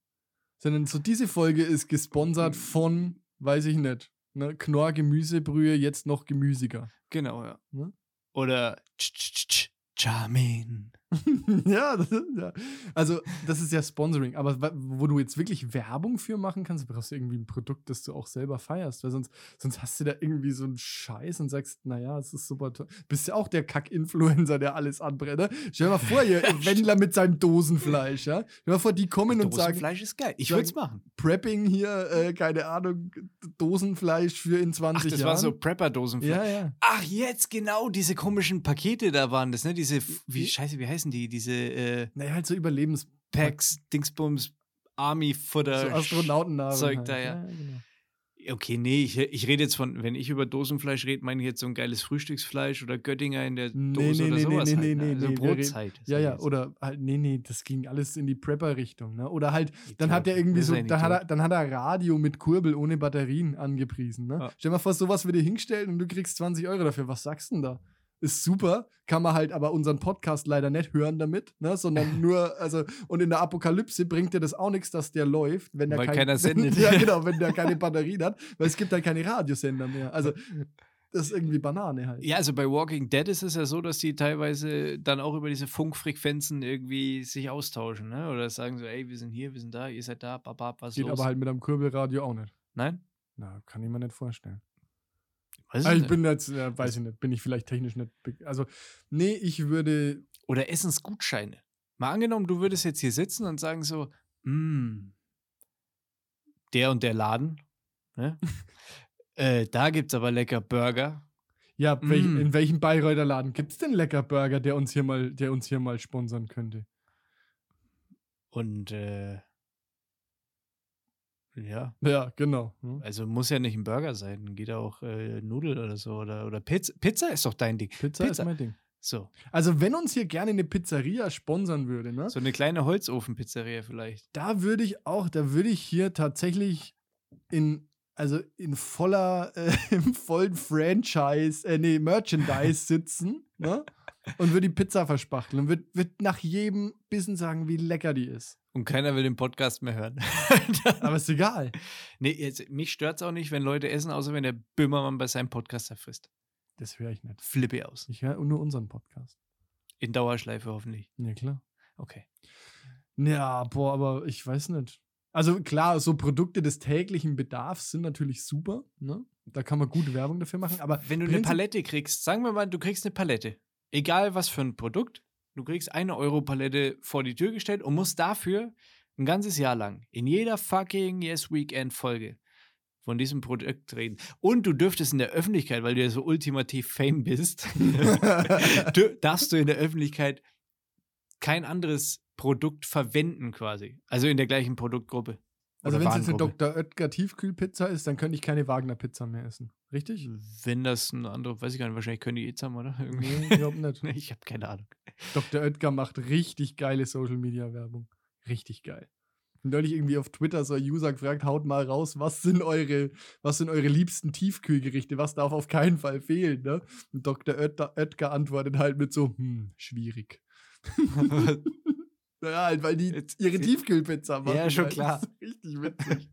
Sondern so diese Folge ist gesponsert von, weiß ich nicht, ne? Knorr Gemüsebrühe, jetzt noch gemüsiger. genau, ja. Ne? Oder Ch- Ch- Ch- Charmin. *laughs* ja, das, ist- ja, also das ist ja Sponsoring, aber wa- wo du jetzt wirklich Werbung für machen kannst, brauchst du irgendwie ein Produkt, das du auch selber feierst, weil sonst, sonst hast du da irgendwie so einen Scheiß und sagst, naja, es ist super toll. Bist ja auch der Kack-Influencer, der alles anbrennt. Ne? Stell dir mal *laughs* vor, ihr Wendler mit seinem Dosenfleisch, ja? Stell dir mal vor, die kommen und sagen, Dosenfleisch ist geil. Ich sagen- würde es machen. Prepping hier, äh, keine Ahnung, Dosenfleisch für in 20 Ach, das Jahren. war so Prepper-Dosenfleisch. *laughs* ja, ja. Ach, jetzt genau, diese komischen Pakete da waren das, ne? Diese, F- wie Ja. scheiße, wie heißen die? Diese äh, Naja, halt so Überlebens- Packs, Dingsbums, Army-Futter. so Astronautennahrung. Äh, Zeug halt. da, ja. genau. Okay, nee, ich, ich rede jetzt von, wenn ich über Dosenfleisch rede, meine ich jetzt so ein geiles Frühstücksfleisch oder Göttinger in der Nee, Dose nee, oder nee, sowas. nee, halt, nee, ne? nee, also nee, wir reden- Brotzeit. Ja, sag ja, ich jetzt. oder halt, nee, nee, das ging alles in die Prepper-Richtung, ne? Oder halt, dann hat er Idiot. irgendwie Das ist so, ein dann hat Idiot. er, dann hat er Radio mit Kurbel ohne Batterien angepriesen, ne? Ja. Stell dir mal vor, sowas wird dir hingestellt und du kriegst 20 Euro dafür. Was sagst du denn da? Ist super, kann man halt aber unseren Podcast leider nicht hören damit, ne? *laughs* Sondern nur, also, und in der Apokalypse bringt dir das auch nichts, dass der läuft, wenn der Weil kein- *laughs* keiner sendet. ja, genau, wenn der keine Batterien hat, weil es gibt halt keine Radiosender mehr. Also, das ist irgendwie Banane halt. Ja, also bei Walking Dead ist es ja so, dass die teilweise dann auch über diese Funkfrequenzen irgendwie sich austauschen, ne? Oder sagen so, ey, wir sind hier, wir sind da, ihr seid da, babab, was Geht los? aber halt mit einem Kurbelradio auch nicht. Nein? Na, kann ich mir nicht vorstellen. Weiß Ah, ich ich nicht. bin jetzt, äh, weiß ich nicht, bin ich vielleicht technisch nicht. be- Also, nee, ich würde. Oder Essensgutscheine. Mal angenommen, du würdest jetzt hier sitzen und sagen so, "Mm, der und der Laden, ne? äh, da gibt's aber lecker Burger. Ja, welch, Mm. in welchem Bayreuther Laden gibt es denn lecker Burger, der uns hier mal, der uns hier mal sponsern könnte? Und äh, ja, Ja, genau. Hm? also muss ja nicht ein Burger sein, geht auch äh, Nudel oder so oder, oder Pizza. Pizza ist doch dein Ding. Äh, Pizza, Pizza. ist mein Ding. So, Also, wenn uns hier gerne eine Pizzeria sponsern würde, ne? so eine kleine Holzofenpizzeria vielleicht. Da würde ich auch, da würde ich hier tatsächlich in, also in voller, äh, *laughs* im vollen Franchise, äh, nee, Merchandise sitzen, ne? Und würde die Pizza verspachteln und würde würd nach jedem Bissen sagen, wie lecker die ist. Und keiner will den Podcast mehr hören. *laughs* Aber ist egal. nee, jetzt, mich stört's auch nicht, wenn Leute essen, außer wenn der Böhmermann bei seinem Podcast zerfrisst. Das höre ich nicht. Flippe aus. Ich höre nur unseren Podcast. In Dauerschleife hoffentlich. Ja, klar. Okay. Ja, boah, aber ich weiß nicht. Also klar, so Produkte des täglichen Bedarfs sind natürlich super. Ne? Da kann man gute Werbung dafür machen. Aber *laughs* Wenn du eine Prinzip- Palette kriegst, sagen wir mal, du kriegst eine Palette. Egal was für ein Produkt, du kriegst eine Euro-Palette vor die Tür gestellt und musst dafür ein ganzes Jahr lang in jeder fucking Yes Weekend-Folge von diesem Produkt reden. Und du dürftest in der Öffentlichkeit, weil du ja so ultimativ Fame bist, Also dür- darfst du in der Öffentlichkeit kein anderes Produkt verwenden quasi. Also in der gleichen Produktgruppe. also Oder wenn es jetzt eine Warengruppe. Dr. Oetker Tiefkühlpizza ist, dann könnte ich keine Wagner Pizza mehr essen. Richtig? Wenn das ein anderer, weiß ich gar nicht, wahrscheinlich können die eh zusammen, oder? Irgendwie. *laughs* Nee, ich glaube nicht. *laughs* Ich habe keine Ahnung. Dr. Oetker macht richtig geile Social Media Werbung. Richtig geil. Neulich irgendwie auf Twitter so ein User gefragt, haut mal raus, was sind eure, was sind eure liebsten Tiefkühlgerichte, was darf auf keinen Fall fehlen, ne? Und Dr. Oetker, Oetker antwortet halt mit so, hm, schwierig. Naja, halt, weil die Jetzt- ihre Tiefkühlpizza machen. Ja, schon halt. klar. Das ist richtig witzig.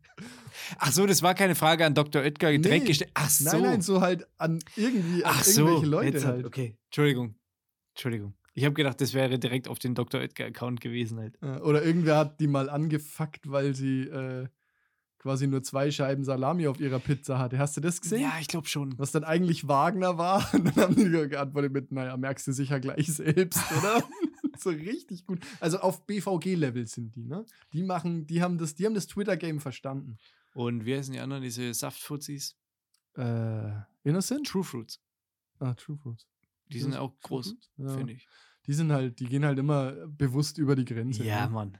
Ach so, das war keine Frage an Dr. Oetker direkt Nee. gestellt. Ach *laughs* so. Nein, nein, so halt an irgendwie, an Ach so. irgendwelche Leute Jetzt halt. Okay, Entschuldigung. Entschuldigung. Ich habe gedacht, das wäre direkt auf den Dr. Oetker-Account gewesen halt. Äh, Oder irgendwer hat die mal angefuckt, weil sie äh, quasi nur zwei Scheiben Salami auf ihrer Pizza hatte. Hast du das gesehen? Ja, ich glaube schon. Was dann eigentlich Wagner war. *laughs* Und dann haben die geantwortet mit, naja, merkst du sicher gleich *laughs* selbst, oder? *laughs* so richtig gut. Also auf BVG-Level sind die, ne? Die machen, die haben das, die haben das Twitter-Game verstanden. Und wie heißen die anderen, diese Saftfuzis? Äh, Innocent? True Fruits. Ah, True Fruits. Die sind auch groß, Ja. finde ich. Die sind halt, die gehen halt immer bewusst über die Grenze. Ja, ne? Mann.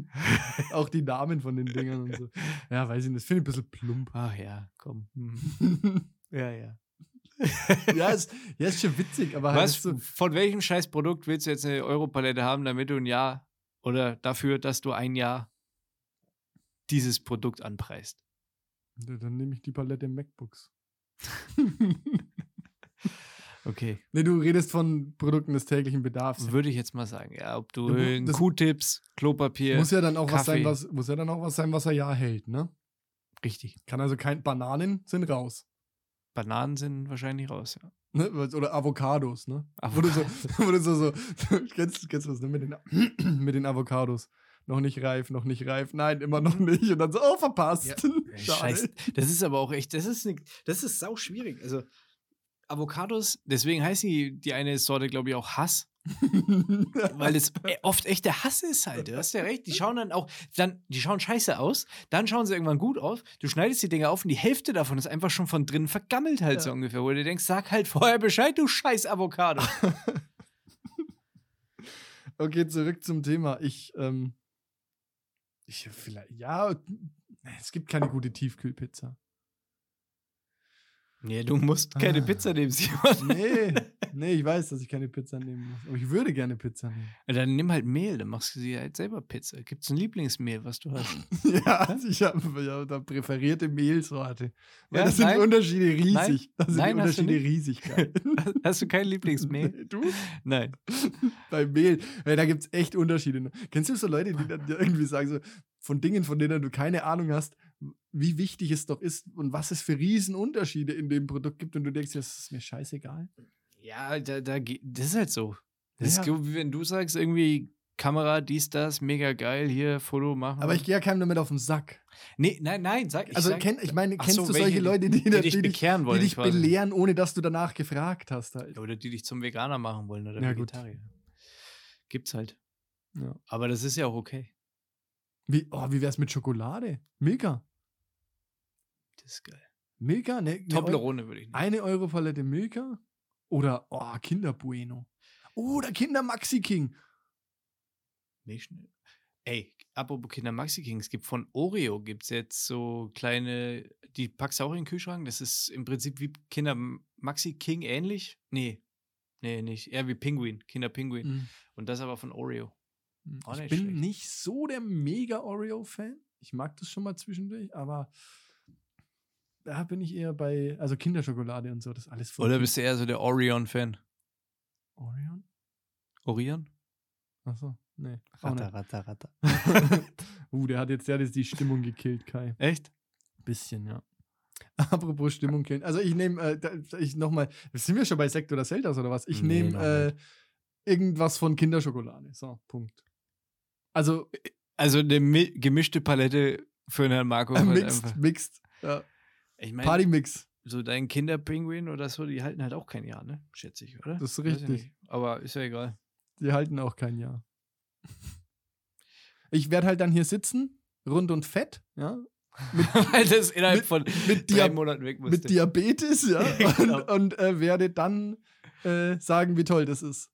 *laughs* Auch die Namen von den Dingern *laughs* und so. Ja, weiß ich nicht, das finde ich ein bisschen plump. Ach ja, komm. Hm. Ja, ja. ja, ist, ja, ist schon witzig, aber halt Was, ist so, von welchem scheiß Produkt willst du jetzt eine Europalette haben, damit du ein Jahr oder dafür, dass du ein Jahr dieses Produkt anpreist? Ja, dann nehme ich die *laughs* Palette MacBooks. Okay. Nee, du redest von Produkten des täglichen Bedarfs. Würde ich jetzt mal sagen, ja, ob du Ja, wo- in das- Q-Tips, Klopapier, Muss ja dann auch was sein, Kaffee. was muss ja dann auch was sein, was er ja hält, ne? richtig. Kann also kein Bananen sind raus. Bananen sind wahrscheinlich raus, ja. Ne? Oder Avocados, ne? Wo du so, *laughs* wo du so, so kennst, kennst du das, ne? Mit den, *clears throat* mit den Avocados. Noch nicht reif, noch nicht reif, nein, immer noch nicht. Und dann so, oh, verpasst. Hm. *laughs* Ja. Schade. Scheiße. Das ist aber auch echt, das ist, ne, das ist sau schwierig. Also, Avocados, deswegen heißt die, die eine Sorte, glaube ich, auch *laughs* Hass, weil das e- oft echt der Hass ist halt. Du hast ja recht. Die schauen dann auch, dann, die schauen scheiße aus, dann schauen sie irgendwann gut aus. Du schneidest die Dinger auf und die Hälfte davon ist einfach schon von drinnen vergammelt halt Ja. so ungefähr, wo du dir denkst, sag halt vorher Bescheid, du scheiß *laughs* Avocado. *laughs* Okay, zurück zum Thema. Ich, ähm, ich vielleicht, ja, es gibt keine gute Tiefkühlpizza. nee, du musst keine Ah. Pizza nehmen, Simon. Nee, *laughs* nee, ich weiß, dass ich keine Pizza nehmen muss. Aber ich würde gerne Pizza nehmen. Dann nimm halt Mehl, dann machst du sie halt selber Pizza. Gibt's ein Lieblingsmehl, was du *laughs* hast? *laughs* Ja, also ich habe ich hab da präferierte Mehlsorte. Weil Ja, das sind nein. die Unterschiede riesig. Das sind Nein, die hast du Unterschiede nicht. riesig. geil. hast du kein Lieblingsmehl? *laughs* Nee, Du? Nein. *laughs* Bei Mehl. Weil da gibt es echt Unterschiede. ne? Kennst du so Leute, die dann dir irgendwie sagen, so von Dingen, von denen du keine Ahnung hast, wie wichtig es doch ist und was es für Riesenunterschiede in dem Produkt gibt und du denkst, dir, das ist mir scheißegal. Ja, da, da, ge- das ist halt so. Das Ja. ist so, wie wenn du sagst, irgendwie Kamera, dies, das, mega geil, hier Foto machen. Aber ich gehe ja keinem damit auf den Sack. Nee, nein, nein, sag ich. Also, sag, kenn, ich meine, Ach kennst so, du welche, solche die- Leute, die, die die, dich die, dich, bekehren wollen. die dich quasi. belehren, ohne dass du danach gefragt hast? Halt. Ja, Oder die dich zum Veganer machen wollen oder Ja, gut. Vegetarier. Gibt's halt. Ja. Aber das ist ja auch okay. Wie, oh, wie wär's mit Schokolade? Milka. Das ist geil. Milka? Ne, ne, Eu- Toblerone würde ich nehmen. Eine Europalette Milka oder oh, Kinder Bueno. Oder Kinder Maxi King. Milchschnitt. Ey, apropos Kinder Maxi King, es gibt von Oreo gibt's jetzt so kleine, die packst du auch in den Kühlschrank. Das ist im Prinzip wie Kinder Maxi King ähnlich. Nee, nee, nicht. Eher wie Pinguin, Kinder Pinguin. Mhm. Und das aber von Oreo. Auch hm. nicht Ich bin schlecht. nicht so der mega Oreo-Fan. Ich mag das schon mal zwischendurch, aber da bin ich eher bei, also Kinderschokolade und so, das ist alles voll. Oder bist du eher so der Orion-Fan? Orion? Orion? Achso, nee. auch Ratter, nicht. ratter, ratter. *laughs* uh, der hat jetzt, der hat jetzt die Stimmung gekillt, Kai. Echt? Bisschen, ja. *laughs* Apropos Stimmung killen. Also ich nehme, äh, da- ich nochmal, sind wir schon bei Sekt oder Selters oder was? Ich Nee, noch nehme äh, irgendwas von Kinderschokolade. So, Punkt. Also Also eine mi gemischte Palette für Herrn Marco. äh, halt mixed, einfach. mixed. Ja. ich meine, Partymix. so dein Kinderpinguin oder so, die halten halt auch kein Jahr, ne? Schätze ich, oder? Das ist Weiß ich richtig. nicht. Aber ist ja egal. Die halten auch kein Jahr. *laughs* Ich werde halt dann hier sitzen, rund und fett, ja. *laughs* Weil das innerhalb mit- von Mit, drei Dia Monaten weg musste. mit Diabetes, ja. *laughs* Ja, genau. Und, und äh, werde dann äh, sagen, wie toll das ist.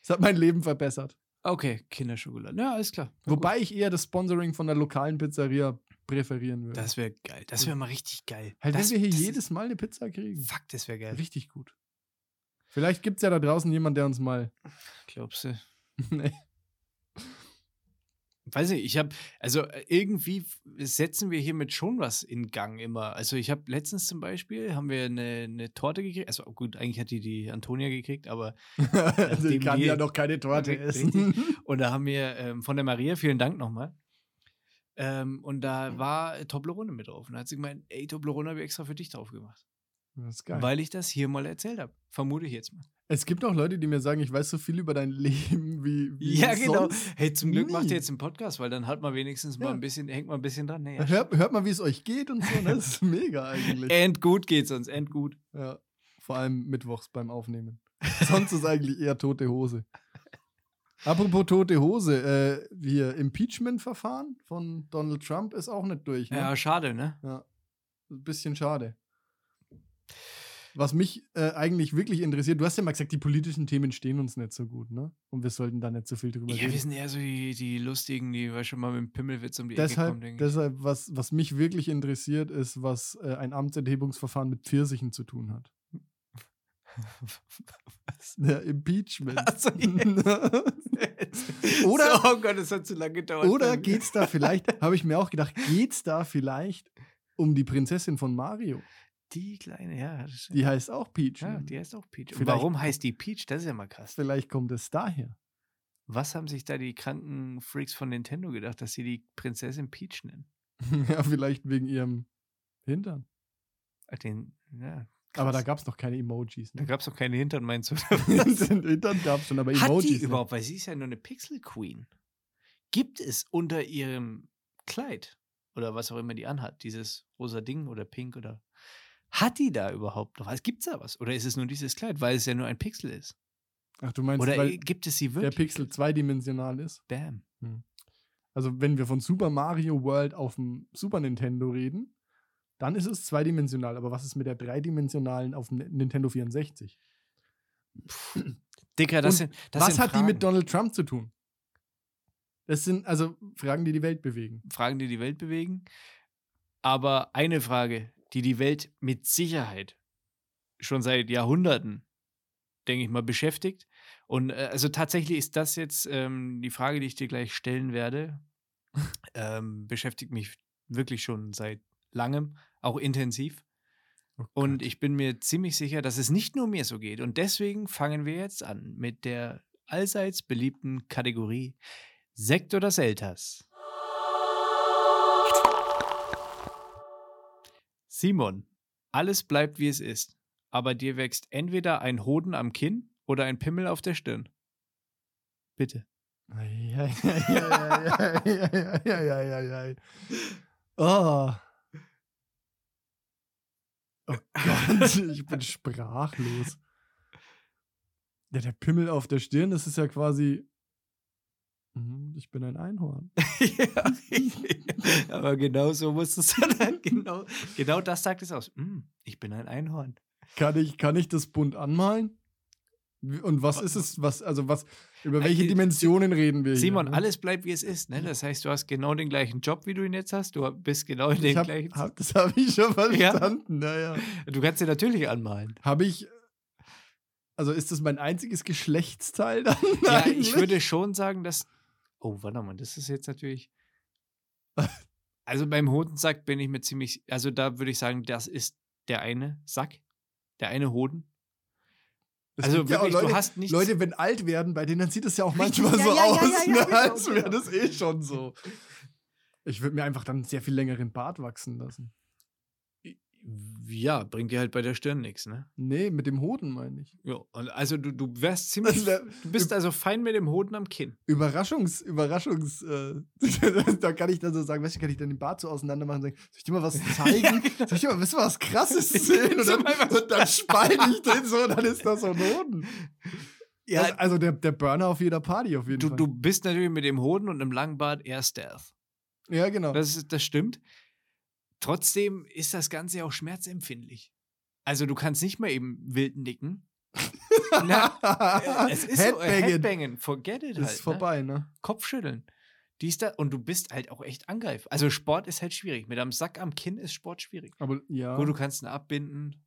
Das hat mein Leben verbessert. Okay, Kinderschokolade. Ja, alles klar. Na Wobei ich eher das Sponsoring von der lokalen Pizzeria präferieren gut. würde. Das wäre geil. Das wäre mal richtig geil. halt, das, wenn wir hier das jedes Mal eine Pizza kriegen. Ist, fuck, das wäre geil. Richtig gut. Vielleicht gibt es ja da draußen jemand, der *laughs* uns mal. Glaubst du? *laughs* Nee. Weiß nicht, ich habe, also äh, irgendwie f- setzen wir hiermit schon was in Gang immer. Also ich habe letztens zum Beispiel, haben wir eine, eine Torte gekriegt, also gut, eigentlich hat die die Antonia gekriegt, aber also ich Nachdem kann wir- ja noch keine Torte Richtig. essen. und da haben wir ähm, von der Maria, vielen Dank nochmal. Ähm, und da war Toblerone mit drauf. Und da hat sie gemeint, ey, Toblerone habe ich extra für dich drauf gemacht. Das ist geil. Weil ich das hier mal erzählt habe. Vermute ich jetzt mal. es gibt auch Leute, die mir sagen, ich weiß so viel über dein Leben wie. wie Ja, genau. sonst. Hey, zum Glück macht nie. ihr jetzt einen Podcast, weil dann hat man wenigstens mal Ja. ein bisschen, hängt man ein bisschen dran. Naja, Hört, hört mal, wie es euch geht und so. ne? *laughs* Das ist mega eigentlich. Endgut geht's uns, endgut. Ja, vor allem mittwochs beim Aufnehmen. *laughs* Sonst ist eigentlich eher tote Hose. Apropos tote Hose, äh, wir Impeachment-Verfahren von Donald Trump ist auch nicht durch. Ne? Ja, schade, ne? Ein bisschen schade. Was mich äh, eigentlich wirklich interessiert, du hast ja mal gesagt, die politischen Themen stehen uns nicht so gut, ne? Und wir sollten da nicht so viel drüber Ja, wir reden. sind eher so die, die Lustigen, die weißt, schon mal mit dem Pimmelwitz um die Deshalb, Ecke kommen. denke ich. deshalb was, was mich wirklich interessiert, ist, was äh, ein Amtsenthebungsverfahren mit Pfirsichen zu tun hat. Was? Der Impeachment. *laughs* Ach *laughs* so, *laughs* Oder- So, oh Gott, das hat zu lange gedauert. Ähm, Oder geht's da vielleicht, habe ich mir auch gedacht, geht's da vielleicht um die Prinzessin von Mario? Die kleine, ja. das ist- Die heißt auch Peach. ja ne? die heißt auch Peach. Und Vielleicht- warum heißt die Peach? Das ist ja mal krass. vielleicht kommt es daher. *laughs* Was haben sich da die kranken Freaks von Nintendo gedacht, dass sie die Prinzessin Peach nennen? ja, vielleicht wegen ihrem Hintern. Äh, Den, ja, Aber da gab es noch keine Emojis. Da Ne? gab es doch keine Hintern, *laughs* meinst du? Hintern gab es schon, aber Hat die Emojis. ne? überhaupt, weil sie ist ja nur eine Pixel Queen. Gibt es unter ihrem Kleid oder was auch immer die anhat, dieses rosa Ding oder pink oder hat die da überhaupt noch was? Gibt es da was? Oder ist es nur dieses Kleid, weil es ja nur ein Pixel ist? Ach, du meinst, Oder weil gibt es sie der wirklich? Pixel zweidimensional ist? Bam. Also, wenn wir von Super Mario World auf dem Super Nintendo reden, dann ist es zweidimensional. Aber was ist mit der dreidimensionalen auf dem Nintendo 64? Dicker, das Und sind. Das was sind hat Fragen, die mit Donald Trump zu tun? Das sind also Fragen, die die Welt bewegen. Fragen, die die Welt bewegen. Aber eine Frage, die die Welt mit Sicherheit schon seit Jahrhunderten, denke ich mal, beschäftigt. Und äh, also tatsächlich ist das jetzt ähm, die Frage, die ich dir gleich stellen werde, ähm, beschäftigt mich wirklich schon seit langem, auch intensiv. Und ich bin mir ziemlich sicher, dass es nicht nur mir so geht. Und deswegen fangen wir jetzt an mit der allseits beliebten Kategorie Sekt oder Selters. Simon, alles bleibt wie es ist, aber dir wächst entweder ein Hoden am Kinn oder ein Pimmel auf der Stirn. Bitte. Ei, ei, ei, ei, ei, ei, ei, ei, ei, ei. Oh. Oh Gott, ich bin sprachlos. Ja, der Pimmel auf der Stirn, das ist ja quasi. Mhm, Ich bin ein Einhorn. ja, aber genau so muss es *laughs* sein. Genau, genau das sagt es aus. Hm, ich bin ein Einhorn. Kann ich, kann ich das bunt anmalen? Wie- Und was ist es, was, also was, über welche Äh, Dimensionen reden wir hier? Simon, ne? alles bleibt wie es ist. Ne? Das heißt, du hast genau den gleichen Job, wie du ihn jetzt hast. Du bist genau in Ich den hab, gleichen. hab, das habe *laughs* ich schon Ja. verstanden. Naja. Du kannst dir natürlich *laughs* anmalen. Habe ich. Also ist das mein einziges Geschlechtsteil dann? *laughs* ne? Ja, eigentlich? ich würde schon sagen, dass. Oh, warte mal, das ist jetzt *laughs* natürlich. Also beim Hodensack bin ich mir ziemlich. Also da würde ich sagen, das ist der eine Sack. Der eine Hoden. Es also gibt ja auch wirklich, Leute, du hast nichts. Leute, wenn alt werden, bei denen dann sieht es ja auch Richtig, manchmal ja, ja, so ja, aus, ja, ja, ne, genau, als wäre genau. das eh schon so. Ich würde mir einfach dann einen sehr viel längeren Bart wachsen lassen. ja, bringt dir halt bei der Stirn nichts, ne? Nee, mit dem Hoden meine ich. Ja, und also du, du wärst ziemlich. Das wär- Du bist also fein mit dem Hoden am Kinn. Überraschungs, Überraschungs, äh, *laughs* da kann ich dann so sagen, weißt du, kann ich dann den Bart so auseinander machen und sagen, soll ich dir *laughs* mal was zeigen? genau. Soll ich dir mal, willst du mal was krasses sehen? Und dann, und dann spalte ich den so und dann ist das so ein Hoden. Ja, also, also der, der Burner auf jeder Party auf jeden Du, Fall. du bist natürlich mit dem Hoden und einem langen Bart eher Stealth. ja, genau. *laughs* Das, ist- das stimmt. Trotzdem ist das Ganze ja auch schmerzempfindlich. Also du kannst nicht mal eben wild *laughs* nicken. Na, äh, es ist so, äh, Headbanging Headbangen, forget it halt. ist vorbei, ne? Ne? Kopfschütteln. Dies, da, und du bist halt auch echt angreif. Also Sport ist halt schwierig. Mit einem Sack am Kinn ist Sport schwierig. Aber ja, Gut, du kannst ihn *laughs* abbinden.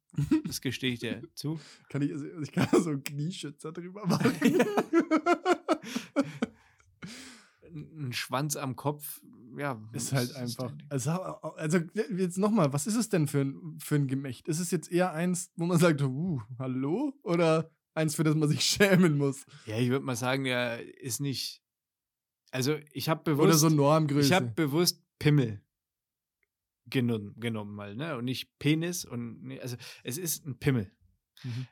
Das gestehe ich dir zu. kann ich, also ich kann *laughs* so einen Knieschützer *laughs* drüber machen. *laughs* Ein ein Schwanz am Kopf, ja. ist halt es einfach. ein Ding. Also, also jetzt nochmal, was ist es denn für ein, für ein Gemächt? Ist es jetzt eher eins, wo man sagt, uh, hallo? Oder eins, für das man sich *laughs* schämen muss? Ja, ich würde mal sagen, der ist nicht. Also ich habe bewusst. Oder so Ich habe Normgröße? bewusst Pimmel genommen, genommen mal, ne? Und nicht Penis und nee, also es ist ein Pimmel. Mhm.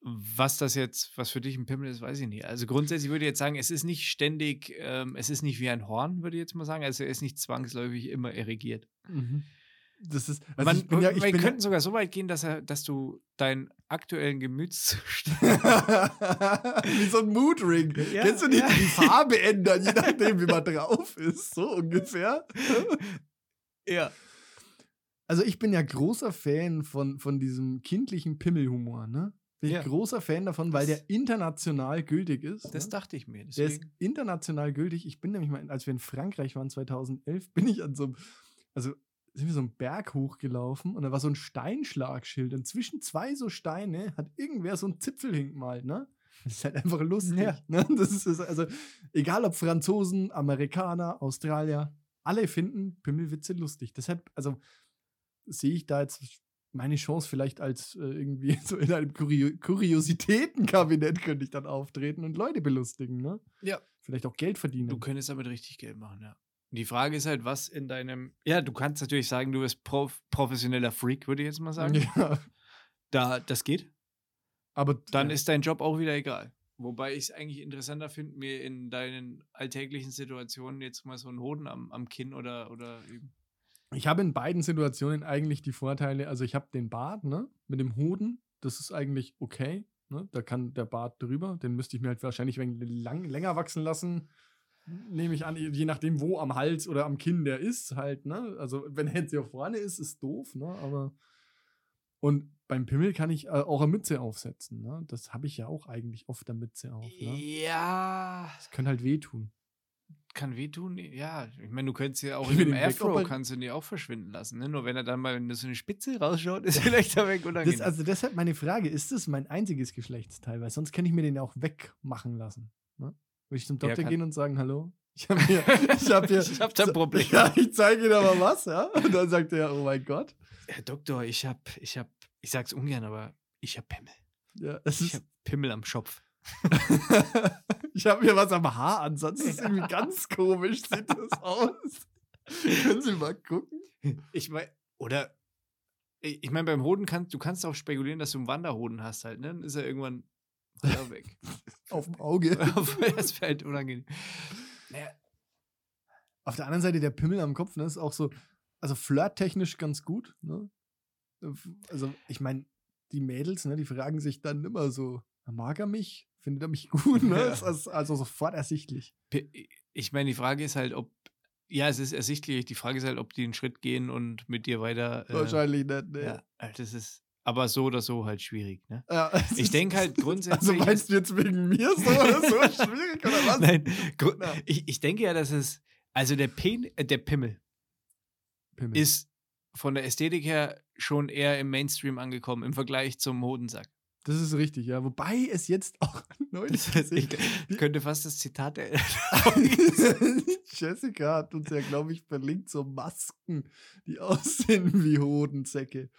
Was das jetzt, was für dich ein Pimmel ist, weiß ich nicht. Also grundsätzlich würde ich jetzt sagen, es ist nicht ständig, ähm, es ist nicht wie ein Horn, würde ich jetzt mal sagen. Also er ist nicht zwangsläufig immer erregiert. Mhm. Das ist. Also Man, ich bin ja, ich wir bin könnten sogar so weit gehen, dass er, dass du deinen aktuellen Gemütszustand *laughs* wie so ein Moodring. *laughs* Ja, Kennst du die, ja. die Farbe *laughs* ändern, je nachdem, wie man drauf ist? So ungefähr. ja. Also ich bin ja großer Fan von, von diesem kindlichen Pimmelhumor, ne? Bin Ja. ich großer Fan davon, weil Das- der international gültig ist. Das ne? dachte ich mir. Der ist Deswegen. international gültig. Ich bin nämlich mal, in- als wir in Frankreich waren 2011, *laughs* bin ich an so einem, also sind wir so einen Berg hochgelaufen und da war so ein Steinschlagschild. Und zwischen zwei so Steine hat irgendwer so einen Zipfel hingemalt, ne? Das ist halt einfach lustig. Ja. Ne? Das ist, das- also, egal ob Franzosen, Amerikaner, Australier, alle finden Pimmelwitze lustig. Deshalb, also, sehe ich da jetzt meine Chance vielleicht als äh, irgendwie *laughs* so in einem Kurio Kuriositätenkabinett könnte ich dann auftreten und Leute belustigen, ne? Ja. Vielleicht auch Geld verdienen. Du könntest damit richtig Geld machen, ja. Die Frage ist halt, was in *laughs* deinem. Ja, du kannst natürlich sagen, du bist prof professioneller Freak, würde ich jetzt mal sagen. ja. Da, das geht. Aber Dann ist dein Job auch wieder egal. Wobei ich es eigentlich interessanter finde, mir in deinen alltäglichen Situationen jetzt mal so einen Hoden am, am Kinn oder, oder eben. Ich habe in beiden Situationen eigentlich die Vorteile, also ich habe den Bart, ne, mit dem Hoden, das ist eigentlich okay, ne, da kann der Bart drüber, den müsste ich mir halt wahrscheinlich ein wenig lang, länger wachsen lassen, nehme ich an, je nachdem wo am Hals oder am Kinn der ist halt, ne, also wenn er jetzt hier vorne ist, ist doof, ne, aber und beim Pimmel kann ich äh, auch eine Mütze aufsetzen, ne, das habe ich ja auch eigentlich oft eine Mütze auf, Äh. ne, Ja. das kann halt wehtun. Kann wehtun? Ja. Ich meine, du könntest ja *laughs* auch Gib in mir dem den Weg, ob Afro er- kannst du den ja auch verschwinden lassen. Ne? Nur wenn er dann mal, wenn du so eine Spitze rausschaut, ist *laughs* vielleicht da weg oder Das, also deshalb meine Frage, ist das mein einziges Geschlechtsteil? Weil sonst kann ich mir den auch wegmachen lassen. Ne? Würde ich zum Ja, Doktor kann- gehen und sagen, hallo? Ich habe *laughs* hier, ich hab hier, Ich hab da ein Problem. *laughs* Ja, ich zeige Ihnen aber was, ja? Und dann sagt er, oh mein Gott. Herr Doktor, ich hab, ich hab, ich sag's ungern, aber ich hab Pimmel. Ja, es Ich ist, hab Pimmel am Schopf. *laughs* ich habe hier was am Haaransatz. Das ist irgendwie ganz komisch, sieht *laughs* das aus. Können Sie mal gucken? Ich meine, oder? Ich ich meine, beim Hoden kannst du kannst auch spekulieren, dass du einen Wanderhoden hast halt, ne? Dann ist er irgendwann *laughs* weiter weg. Auf dem Auge. das wäre halt unangenehm. Auf der anderen Seite, der Pimmel am Kopf, ne, ist auch so, also flirttechnisch ganz gut, ne? Also, ich meine, die Mädels, ne, die fragen sich dann immer so, mag er mich? Findet er mich gut, *laughs* ne? Ja. Ist also, also sofort ersichtlich. P- Ich meine, die Frage ist halt, ob. Ja, es ist ersichtlich. Die Frage ist halt, ob die einen Schritt gehen und mit dir weiter. Äh, Wahrscheinlich nicht, ne? ja, also das ist aber so oder so halt schwierig, ne? Ja, *laughs* es Ich ist- denk halt Also, grundsätzlich meinst du jetzt wegen mir so *laughs* oder so schwierig oder *laughs* was? Nein, gru- Na. ich, ich denke ja, dass es. Also der, Pen, äh, der Pimmel Pimmel. ist von der Ästhetik her schon eher im Mainstream angekommen im Vergleich zum Hodensack. das ist richtig, ja. Wobei es jetzt auch *laughs* neulich Ich gesehen könnte fast das Zitat *laughs* der- *laughs* Jessica hat uns ja, glaube ich, verlinkt so Masken, die *laughs* aussehen wie Hodensäcke.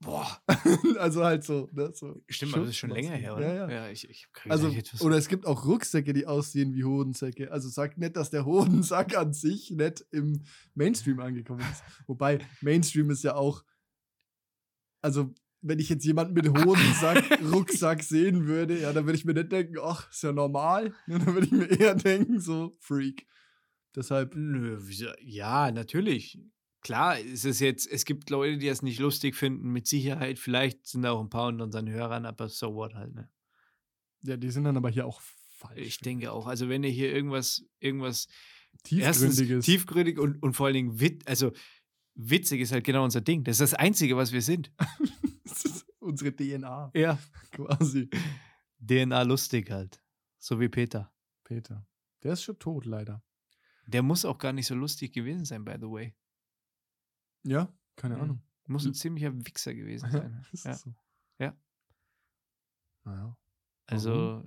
Boah, *laughs* also halt so. Ne, so stimmt, aber das ist schon länger her, Schutzmasken. oder? Ja, ja. ich, ich krieg Also, gleich etwas- oder es gibt auch Rucksäcke, die aussehen wie Hodensäcke. Also sagt nicht, dass der Hodensack an sich nicht im Mainstream angekommen ist. Wobei Mainstream ist ja auch, also wenn ich jetzt jemanden mit Hodensack, Rucksack sehen würde, ja, dann würde ich mir nicht denken, ach, ist ja normal. *laughs* Dann würde ich mir eher denken, so Freak. Deshalb, Nö, wieso- ja, natürlich. Klar, es ist jetzt, es gibt Leute, die das nicht lustig finden, mit Sicherheit. Vielleicht sind da auch ein paar unter unseren Hörern, aber so what halt, ne? ja, die sind dann aber hier auch falsch. Ich denke auch. Also, wenn ihr hier irgendwas, irgendwas Tiefgründiges. Erstens, tiefgründig und, und vor allen Dingen wit also, witzig ist halt genau unser Ding. Das ist das Einzige, was wir sind. Das ist *laughs* unsere DNA Ja. quasi. DNA lustig halt. So wie Peter. Peter. Der ist schon tot, leider. Der muss auch gar nicht so lustig gewesen sein, by the way. Ja, keine Mhm. Ahnung. Muss ein ziemlicher Wichser gewesen sein. *laughs* Ist Ja. so. Ja. Naja, Also,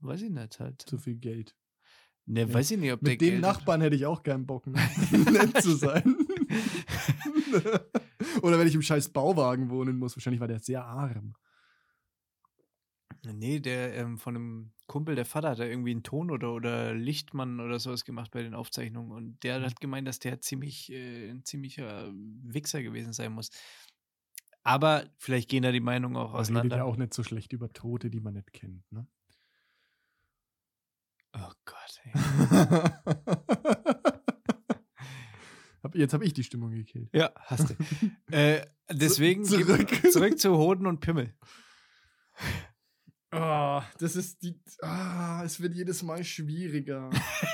weiß ich nicht halt. zu viel Geld. Ne, Ja. weiß ich nicht, ob Mit der dem Geld hat. Nachbarn hätte ich auch keinen *laughs* Bock, ne? *laughs* nett zu sein. Oder wenn ich im scheiß Bauwagen wohnen muss. Wahrscheinlich war der sehr arm. Nee, der ähm, von einem Kumpel, der Vater hat da irgendwie einen Ton oder, oder Lichtmann oder sowas gemacht bei den Aufzeichnungen und der hat gemeint, dass der ziemlich äh, ein ziemlicher Wichser gewesen sein muss. Aber vielleicht gehen da die Meinungen auch Man redet ja auseinander. auch nicht so schlecht über Tote, die man nicht kennt. *laughs* Ne? Oh Gott, ey. Hab- Jetzt habe ich die Stimmung gekillt. Ja, hast *laughs* du. äh, deswegen gib- zurück. zurück zu Hoden und Pimmel. Ah, das ist die. Ah, es wird jedes Mal schwieriger. *laughs*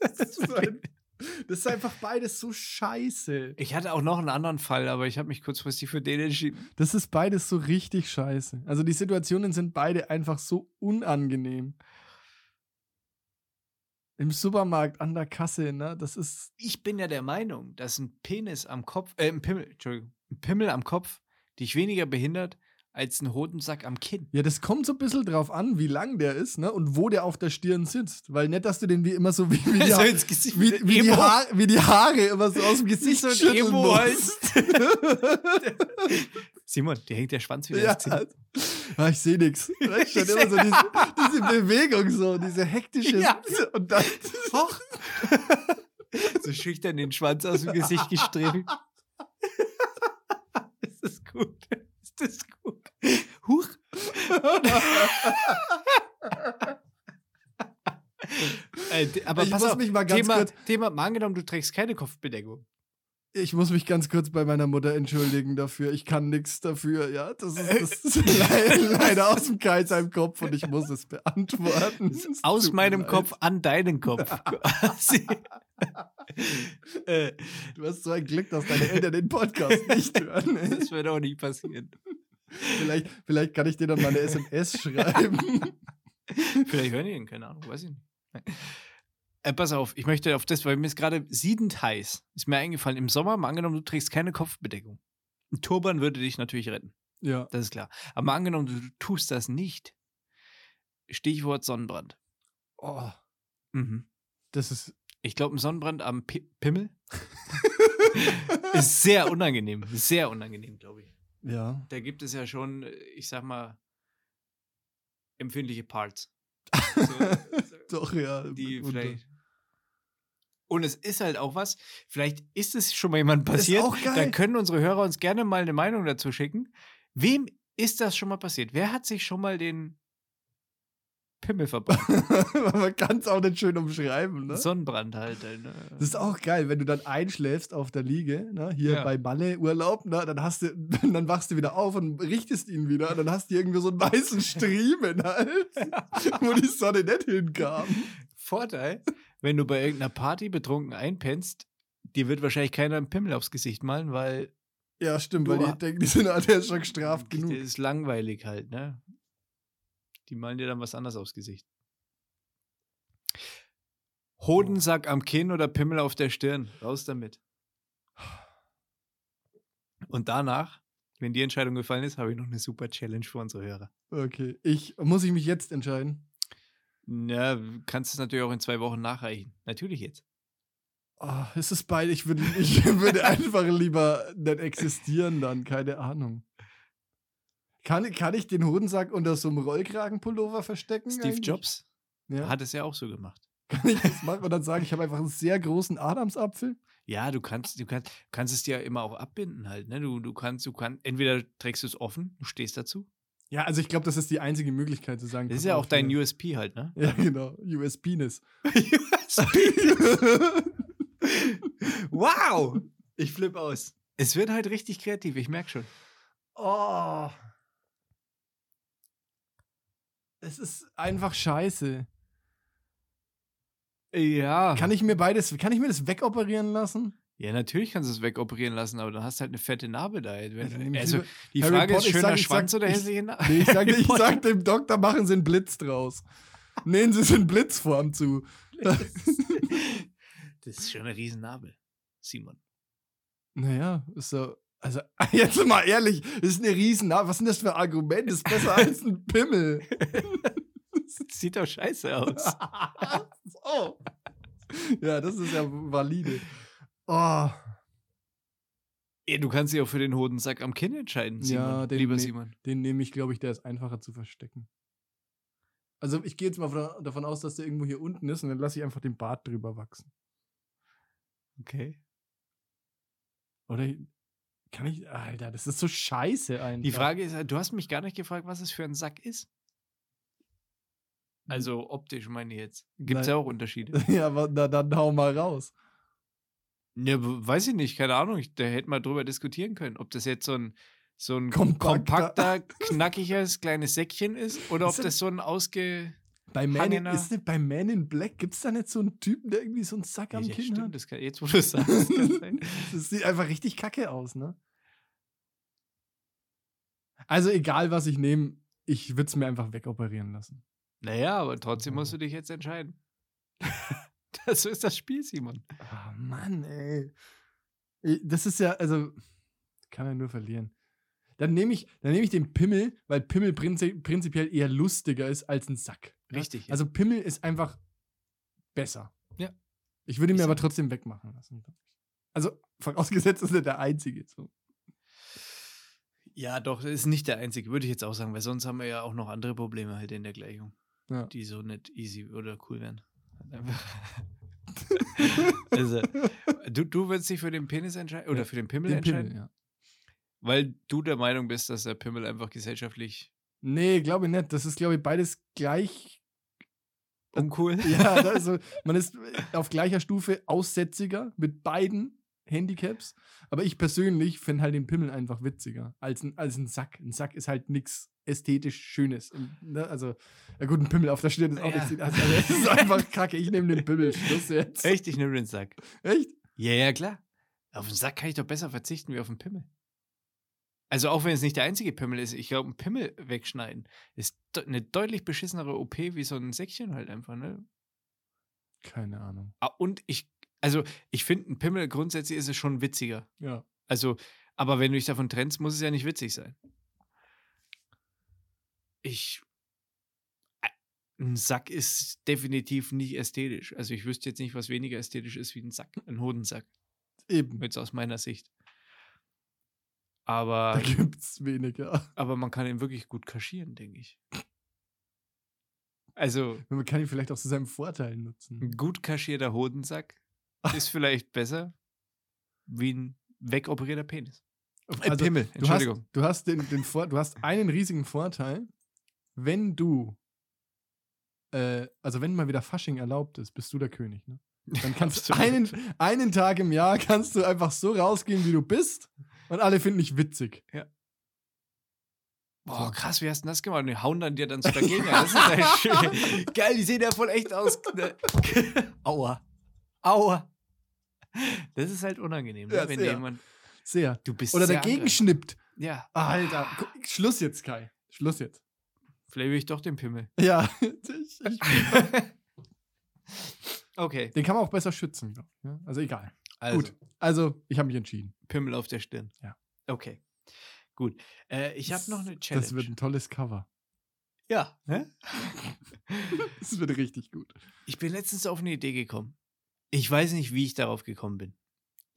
das, ist ein, das ist einfach beides so scheiße. *laughs* Ich hatte auch noch einen anderen Fall, aber ich habe mich kurzfristig für den entschieden. Das ist beides so richtig scheiße. Also die Situationen sind beide einfach so unangenehm. Im Supermarkt an der Kasse, ne? Das ist. Ich bin ja der Meinung, dass ein Penis am Kopf, äh, ein Pimmel, Entschuldigung, ein Pimmel am Kopf dich weniger behindert als ein Hodensack am *laughs* Kinn. Ja, das kommt so ein bisschen drauf an, wie lang der ist, ne? Und wo der auf der Stirn sitzt. Weil nicht, dass du den wie immer so wie, *laughs* wie, die, Also Ha- ins Gesicht. wie, wie, die, Emo. Haare, wie die Haare immer so aus dem Nicht Gesicht so ein schütteln Emo musst. *laughs* Simon, dir hängt der Schwanz wieder ja. ins Zimmer. Ah, ich sehe nichts. *laughs* Ich stand immer so *laughs* diese, diese Bewegung so, diese hektische. Ja. *laughs* Und dann. Hoch. *laughs* So schüchtern *laughs* den Schwanz aus dem Gesicht gestrebt. das ist gut. Äh, d- aber Ich pass muss auf, mich mal ganz Thema, kurz- Thema, mal angenommen, du trägst keine Kopfbedeckung. Ich muss mich ganz kurz bei meiner Mutter entschuldigen dafür. Ich kann nichts dafür. Ja, das ist, *laughs* das ist le leider aus dem Kaisheim Kopf und ich muss es beantworten. Es Aus tut mir meinem leid. Kopf an deinen *laughs* Kopf. Quasi. äh, Du hast so ein Glück, dass deine Eltern den *laughs* Podcast nicht hören. ey. das wird auch nie passieren. Vielleicht, vielleicht kann ich dir dann mal eine SMS schreiben. Vielleicht hören die ihn, keine Ahnung, weiß ich nicht. Nein. Äh, pass auf, ich möchte auf das, weil mir ist gerade siedend heiß, ist mir eingefallen, im Sommer, mal angenommen, du trägst keine Kopfbedeckung. Ein Turban würde dich natürlich retten, Ja. das ist klar. Aber mal angenommen, du tust das nicht. Stichwort Sonnenbrand. Oh, Mhm. das *laughs* ist. Ich glaube, ein Sonnenbrand am Pi Pimmel ist sehr unangenehm. Sehr unangenehm, glaube ich. Ja. Da gibt es ja schon, äh, ich sag mal, empfindliche Parts. *laughs* So, so. Doch, ja. die mitunter. vielleicht. Und es ist halt auch was, vielleicht ist es schon mal jemand Das ist passiert. auch Da geil. können unsere Hörer uns gerne mal eine Meinung dazu schicken. Wem ist das schon mal passiert? Wer hat sich schon mal den Pimmel *laughs* verbrannt? Man kann es auch nicht schön umschreiben, ne? Sonnenbrand halt. äh, ne? Das ist auch geil, wenn du dann einschläfst auf der Liege, ne, hier Ja. bei Malle Urlaub, ne, dann hast du, *laughs* dann wachst du wieder auf und richtest ihn wieder, und dann hast du irgendwie so einen weißen *laughs* Striemen halt, wo die Sonne nicht hinkam. Vorteil, wenn du bei irgendeiner Party betrunken einpennst, dir wird wahrscheinlich keiner einen Pimmel aufs Gesicht malen, weil Ja, stimmt, weil Du- die denken, die sind alle ja schon gestraft das genug. ist langweilig halt, ne? Die malen dir dann was anderes aufs Gesicht. Hodensack am Kinn oder Pimmel auf der Stirn. Raus damit. Und danach, wenn die Entscheidung gefallen ist, habe ich noch eine super Challenge für unsere Hörer. Okay, ich muss ich mich jetzt entscheiden. Na, kannst es natürlich auch in zwei Wochen nachreichen. Natürlich jetzt. Oh, es ist beide, ich würde, ich *laughs* würde einfach lieber nicht existieren dann, keine Ahnung. Kann, kann ich den Hodensack unter so einem Rollkragenpullover verstecken? Steve eigentlich? Jobs Ja. hat es ja auch so gemacht. Kann ich *laughs* das machen und dann sagen, ich habe einfach einen sehr großen Adamsapfel? Ja, du kannst, du kannst, kannst es dir ja immer auch abbinden halt. Ne? Du, du kannst, du kannst, entweder trägst du es offen, du stehst dazu. Ja, also ich glaube, das ist die einzige Möglichkeit zu sagen. Das ist pass ja auf, auch dein hier. USP halt, *laughs* ne? Ja, genau. US-Penis. *laughs* wow! Ich flippe aus. Es wird halt richtig kreativ, ich merke schon. oh. Es ist einfach scheiße. Ja. Kann ich mir beides, kann ich mir das wegoperieren lassen? ja, natürlich kannst du es wegoperieren lassen, aber dann hast du halt eine fette Narbe da. Also Wenn, nehme ich also, lieber- die Harry Frage Potter, ist, ich schöner sag- ich Schwanz sag- oder ich- hässliche *laughs* Narbe? Nee, ich sage Harry ich Potter. sag dem Doktor, machen Sie einen Blitz draus. Nähen Sie es in Blitzform zu. Das ist schon eine riesen Narbe, Simon. *laughs* Naja, ist so. Also, *laughs* jetzt mal ehrlich, ist eine riesen. Was sind das für Argumente? Ist besser als ein Pimmel. *laughs* Das sieht doch scheiße aus. oh. Ja, das ist ja valide. Oh. Ja, du kannst dich auch für den Hodensack am Kinn entscheiden, Simon. Ja, den lieber ne- Simon. Den nehme ich, glaube ich, der ist einfacher zu verstecken. Also, ich gehe jetzt mal von- davon aus, dass der irgendwo hier unten ist und dann lasse ich einfach den Bart drüber wachsen. Okay. Oder kann ich. Alter, das ist so scheiße einfach. Die Frage ist, halt, du hast mich gar nicht gefragt, was es für ein Sack ist. Also optisch meine ich jetzt. Gibt es Hm. Nein. ja auch Unterschiede. *laughs* Ja, aber na, dann hau mal raus. Ja, Ne, w- weiß ich nicht, keine Ahnung. Ich, da hätte man drüber diskutieren können, ob das jetzt so ein, so ein Kompakter. *laughs* kompakter, knackiges, kleines Säckchen ist oder ob Ist das- das so ein ausge. Bei Man, in, Hangener- ist nicht bei Man in Black gibt es da nicht so einen Typen, der irgendwie so einen Sack am Ja, Kinn ne? stimmt, hat? das kann, jetzt, wo du *laughs* es sagst, kann sein. *laughs* Das sieht einfach richtig kacke aus, ne? Also egal, was ich nehme, ich würde es mir einfach wegoperieren lassen. Naja, aber trotzdem musst du dich jetzt entscheiden. *laughs* Das, so ist das Spiel, Simon. Ah, Mann, ey. Ich- Das ist ja, also, kann er nur verlieren. Dann nehme ich, dann nehm ich den Pimmel, weil Pimmel prinzi prinzipiell eher lustiger ist als ein Sack. ne? Richtig, ja. Also Pimmel ist einfach besser. Ja. Ich würde ihn mir Ich aber sag- trotzdem wegmachen lassen. glaub ich. Also, vorausgesetzt ist er der Einzige. So. Ja, doch, das ist nicht der einzige, würde ich jetzt auch sagen, weil sonst haben wir ja auch noch andere Probleme halt in der Gleichung, Ja. die so nicht easy oder cool wären. Halt *laughs* also, du, du würdest dich für den Penis entscheiden oder Ja, für den Pimmel Den entscheiden, Pimmel, ja. weil du der Meinung bist, dass der Pimmel einfach gesellschaftlich. Ne, Nee, glaube ich nicht. Das ist, glaube ich, beides gleich Uncool. *laughs* Äh, Ja, da ist so, man ist äh, auf gleicher Stufe aussätziger mit beiden Handicaps. Aber ich persönlich finde halt den Pimmel einfach witziger als ein, als ein Sack. Ein Sack ist halt nichts ästhetisch Schönes. Und, ne, also, ja gut, ein Pimmel auf der Stirn ist auch Ja. nichts. Also, es *laughs* ist einfach kacke. Ich nehme den Pimmel. Schluss *laughs* jetzt. Echt? Ich nehme den Sack. Echt? Ja, ja, klar. Auf den Sack kann ich doch besser verzichten wie auf den Pimmel. Also auch wenn es nicht der einzige Pimmel ist, ich glaube, ein Pimmel wegschneiden ist de eine deutlich beschissenere OP wie so ein Säckchen halt einfach, ne? Keine Ahnung. Ah, Und ich, also ich finde, ein Pimmel grundsätzlich ist es schon witziger. Ja. Also, aber wenn du dich davon trennst, muss es ja nicht witzig sein. Ich. Ä- Ein Sack ist definitiv nicht ästhetisch. Also ich wüsste jetzt nicht, was weniger ästhetisch ist wie ein Sack, ein Hodensack. Eben. jetzt aus meiner Sicht. Da Aber, gibt's weniger. aber man kann ihn wirklich gut kaschieren, denke ich. Also, Man kann ihn vielleicht auch zu seinem Vorteil nutzen. ein gut kaschierter Hodensack *laughs* ist vielleicht besser wie ein wegoperierter Penis. Also, Pimmel, Du hast, du hast, den, den Vor du hast einen riesigen Vorteil, wenn du, äh, also wenn mal wieder Fasching erlaubt ist, bist du der König. Ne? *laughs* Dann kannst du Absolut. einen, einen Tag im Jahr kannst du einfach so rausgehen, wie du bist und alle finden dich witzig. Boah, krass, wie hast du denn das gemacht? Und die hauen dann dir dann so dagegen. *laughs* Das ist echt schön. Geil, die sehen ja voll echt aus. ne? *laughs* Aua. Aua. Das ist halt unangenehm, ne? Ja, wenn sehr. jemand. Sehr. Du bist Oder sehr dagegen angreifend. schnippt. Ja, Alter, gu- Schluss jetzt, Kai. *laughs* Schluss jetzt. vielleicht will ich doch den Pimmel. Ja, ich, ich, okay. *laughs* den kann man auch besser schützen. glaub ich, ne? Also egal. Also, Gut. Also, ich habe mich entschieden. Pimmel auf der Stirn. Ja. Okay. Gut. Äh, ich habe Das- noch eine Challenge. Das wird ein tolles Cover. ja. Ne? Das wird richtig gut. Ich bin letztens auf eine Idee gekommen. Ich weiß nicht, wie ich darauf gekommen bin.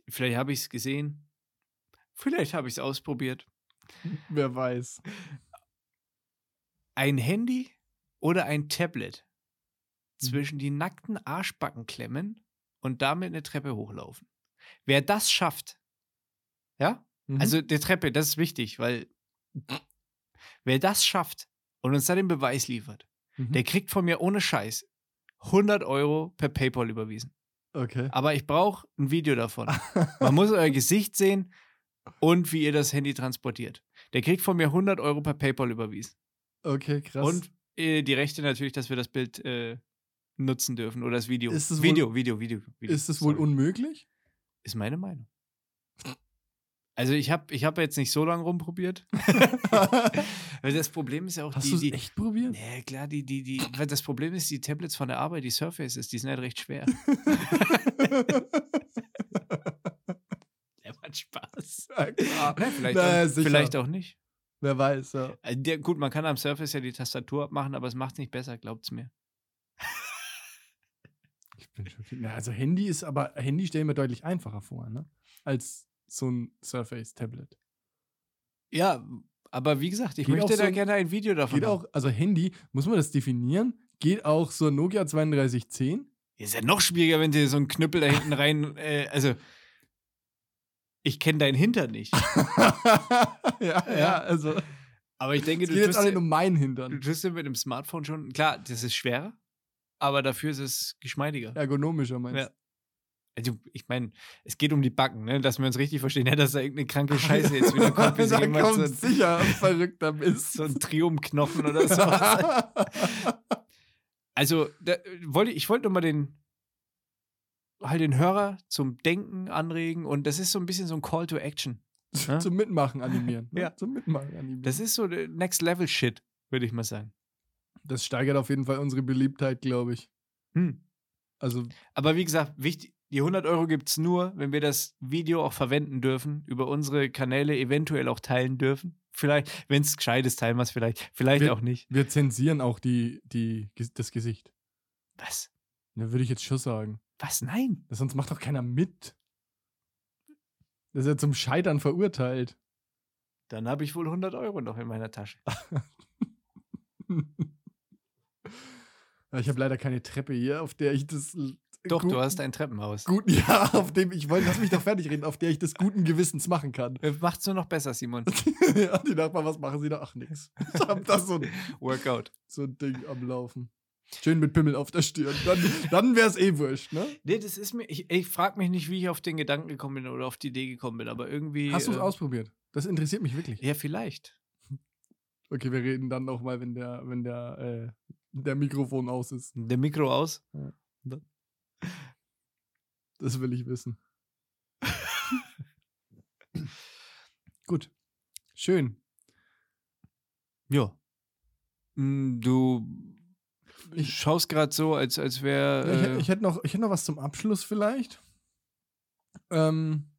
Vielleicht habe ich es gesehen. Vielleicht habe ich es ausprobiert. Wer weiß. Ein Handy oder ein Tablet Mhm. zwischen die nackten Arschbacken klemmen und damit eine Treppe hochlaufen. Wer das schafft, ja, Mhm. Also der Treppe, das ist wichtig, weil wer das schafft und uns da den Beweis liefert, Mhm. der kriegt von mir ohne Scheiß 100 Euro per PayPal überwiesen. Okay. Aber ich brauche ein Video *laughs* davon. Man muss euer Gesicht sehen und wie ihr das Handy transportiert. Der kriegt von mir 100 Euro per PayPal überwiesen. Okay, krass. Und äh, die Rechte natürlich, dass wir das Bild äh, nutzen dürfen oder das Video. Ist es wohl- Video, Video, Video, Video. ist es wohl Sorry. *laughs* unmöglich? Ist meine Meinung. Also ich habe ich hab jetzt nicht so lange *laughs* rumprobiert. Weil das Problem ist ja auch Hast die. du es die echt probiert? *laughs* Nee, klar, die, die, die, weil das Problem ist, die Tablets von der Arbeit, die Surfaces, die sind halt recht *laughs* schwer. Der macht Spaß. Ja, klar. Nein, vielleicht, Na, auch, sicher. vielleicht auch nicht. Wer weiß, ja. Äh, Der, gut, man kann am Surface ja die Tastatur abmachen, aber es macht nicht besser, glaubt's mir. Ich bin schockiert. Na, also Handy ist aber, Handy stellen wir deutlich einfacher vor, ne? Als so ein Surface-Tablet. Ja, aber wie gesagt, ich Geht möchte auch da so- gerne ein Video davon. Geht haben. auch, also Handy, muss man das definieren? Geht auch so ein Nokia 3210? Ist ja noch schwieriger, wenn dir so ein Knüppel da hinten rein. Äh, also, ich kenne deinen Hintern nicht. *laughs* ja, ja, also. Aber ich *laughs* denke, Es du geht jetzt tust, auch dir- nicht um meinen du Hintern. tust dir mit dem Smartphone schon. Klar, das ist schwerer, aber dafür ist es geschmeidiger. Ergonomischer meinst Ja. Also, ich meine, es geht um die Backen, ne? dass wir uns richtig verstehen. Ja, dass da irgendeine kranke *laughs* du? Scheiße jetzt wieder kommt. wie so da jemand so, kommt ein- sicher ein verrückter *laughs* Mist. *laughs* so ein Triumknochen *laughs* oder sowas. also, da, äh, wollte, ich wollte nochmal den halt den Hörer zum Denken anregen und das ist so ein bisschen so ein Call to Action. Ja? Zum Mitmachen animieren. Ne? Ja. Zum Mitmachen animieren. Das ist so der Next Level Shit, würde ich mal sagen. Das steigert auf jeden Fall unsere Beliebtheit, glaube ich. Hm. Also, Aber wie gesagt, wichtig, die 100 Euro gibt es nur, wenn wir das Video auch verwenden dürfen, über unsere Kanäle eventuell auch teilen dürfen. Vielleicht, wenn es gescheit ist, teilen wir es vielleicht. Vielleicht Wir- auch nicht. wir zensieren auch die, die, ges- das Gesicht. Was? Da würde ich jetzt schon sagen. Was? Nein. Das sonst macht doch keiner mit. Das ist ja zum Scheitern verurteilt. Dann habe ich wohl 100 Euro noch in meiner Tasche. ich habe leider keine Treppe hier, auf der ich das. l- Doch, gut- du hast ein Treppenhaus. Gut, *laughs* ja, auf dem ich wollte, lass mich doch fertig reden, auf der ich das guten Gewissens machen kann. Äh, Macht's nur noch besser, Simon. *laughs* ja, die Nachbarn, was machen sie da? Ach, nix. Ich hab da so ein, Workout. so ein Ding am Laufen. Schön mit Pimmel auf der Stirn. Dann, dann wäre es eh wurscht, ne? Nee, das ist mir. Ich, ich frage mich nicht, wie ich auf den Gedanken gekommen bin oder auf die Idee gekommen bin, aber irgendwie. Hast du es äh, ausprobiert? Das interessiert mich wirklich. Ja, vielleicht. Okay, wir reden dann nochmal, wenn der, wenn der, äh, der Mikrofon aus ist. Der Mikro aus. Das will ich wissen. Gut. Schön. Ja. Mm, Du Ich- schaust gerade so, als, als Ja, ich, wäre. hätt- Äh, ich hätte noch, ich hätt noch was zum Abschluss vielleicht. Ähm,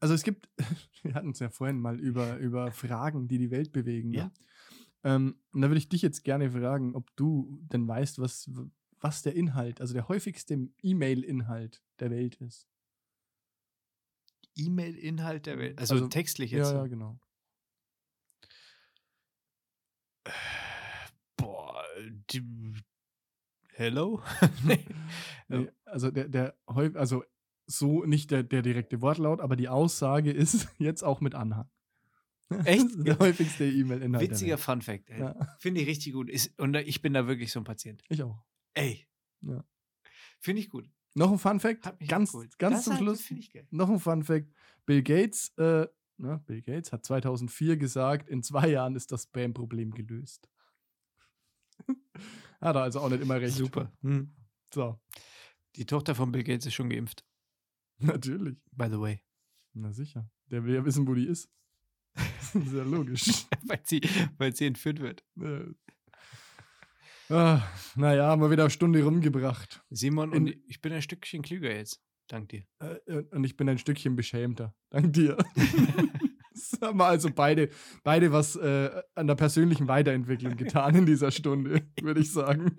also es gibt, *laughs* wir hatten es ja vorhin mal über, über Fragen, die die Welt bewegen. Ne? Ja. Ähm, und da würde ich dich jetzt gerne fragen, ob du denn weißt, was, was der Inhalt, also der häufigste E-Mail-Inhalt der Welt ist. E-Mail-Inhalt der Welt. Also, Also, textlich jetzt. Ja, ja, genau. Boah. Die, *laughs* hello? *laughs* nee. Ja. Nee, Also der, der häu- also so nicht der, der direkte Wortlaut, aber die Aussage ist *laughs* jetzt auch mit Anhang. *laughs* Echt? der häufigste E-Mail-Inhalt. der Witziger Welt. Funfact, ey. Ja, Finde ich richtig gut. Ist, und da- ich bin da wirklich so ein Patient. ich auch. Ey. Ja. Finde ich gut. Noch ein Fun Fact, Hat mich ganz, abgeholt. ganz Das zum hat- das Schluss. Finde ich geil. Noch ein Fun Fact. Bill Gates, äh, ne, Bill Gates hat 2004 gesagt, in zwei Jahren ist das Spam-Problem gelöst. *laughs* hat er also auch nicht immer recht. Super. Hm. So, *laughs* Die Tochter von Bill Gates ist schon geimpft, natürlich. by the way. *laughs* Na sicher. Der will ja wissen, wo die ist. *laughs* *laughs* Sehr logisch. weil, sie, weil sie entführt wird. äh. ah, naja, haben wir wieder eine Stunde rumgebracht. Simon, In- und ich bin ein Stückchen klüger jetzt. Dank dir. Äh, und ich bin ein Stückchen beschämter. *laughs* Dank dir. Das haben wir also beide, beide was äh, an der persönlichen Weiterentwicklung getan in dieser Stunde, würde ich sagen.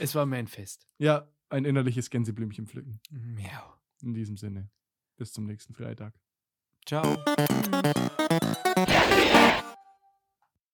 Es war mir ein Fest. Ja, ein innerliches Gänseblümchen pflücken. Miau. In diesem Sinne. Bis zum nächsten Freitag. Ciao.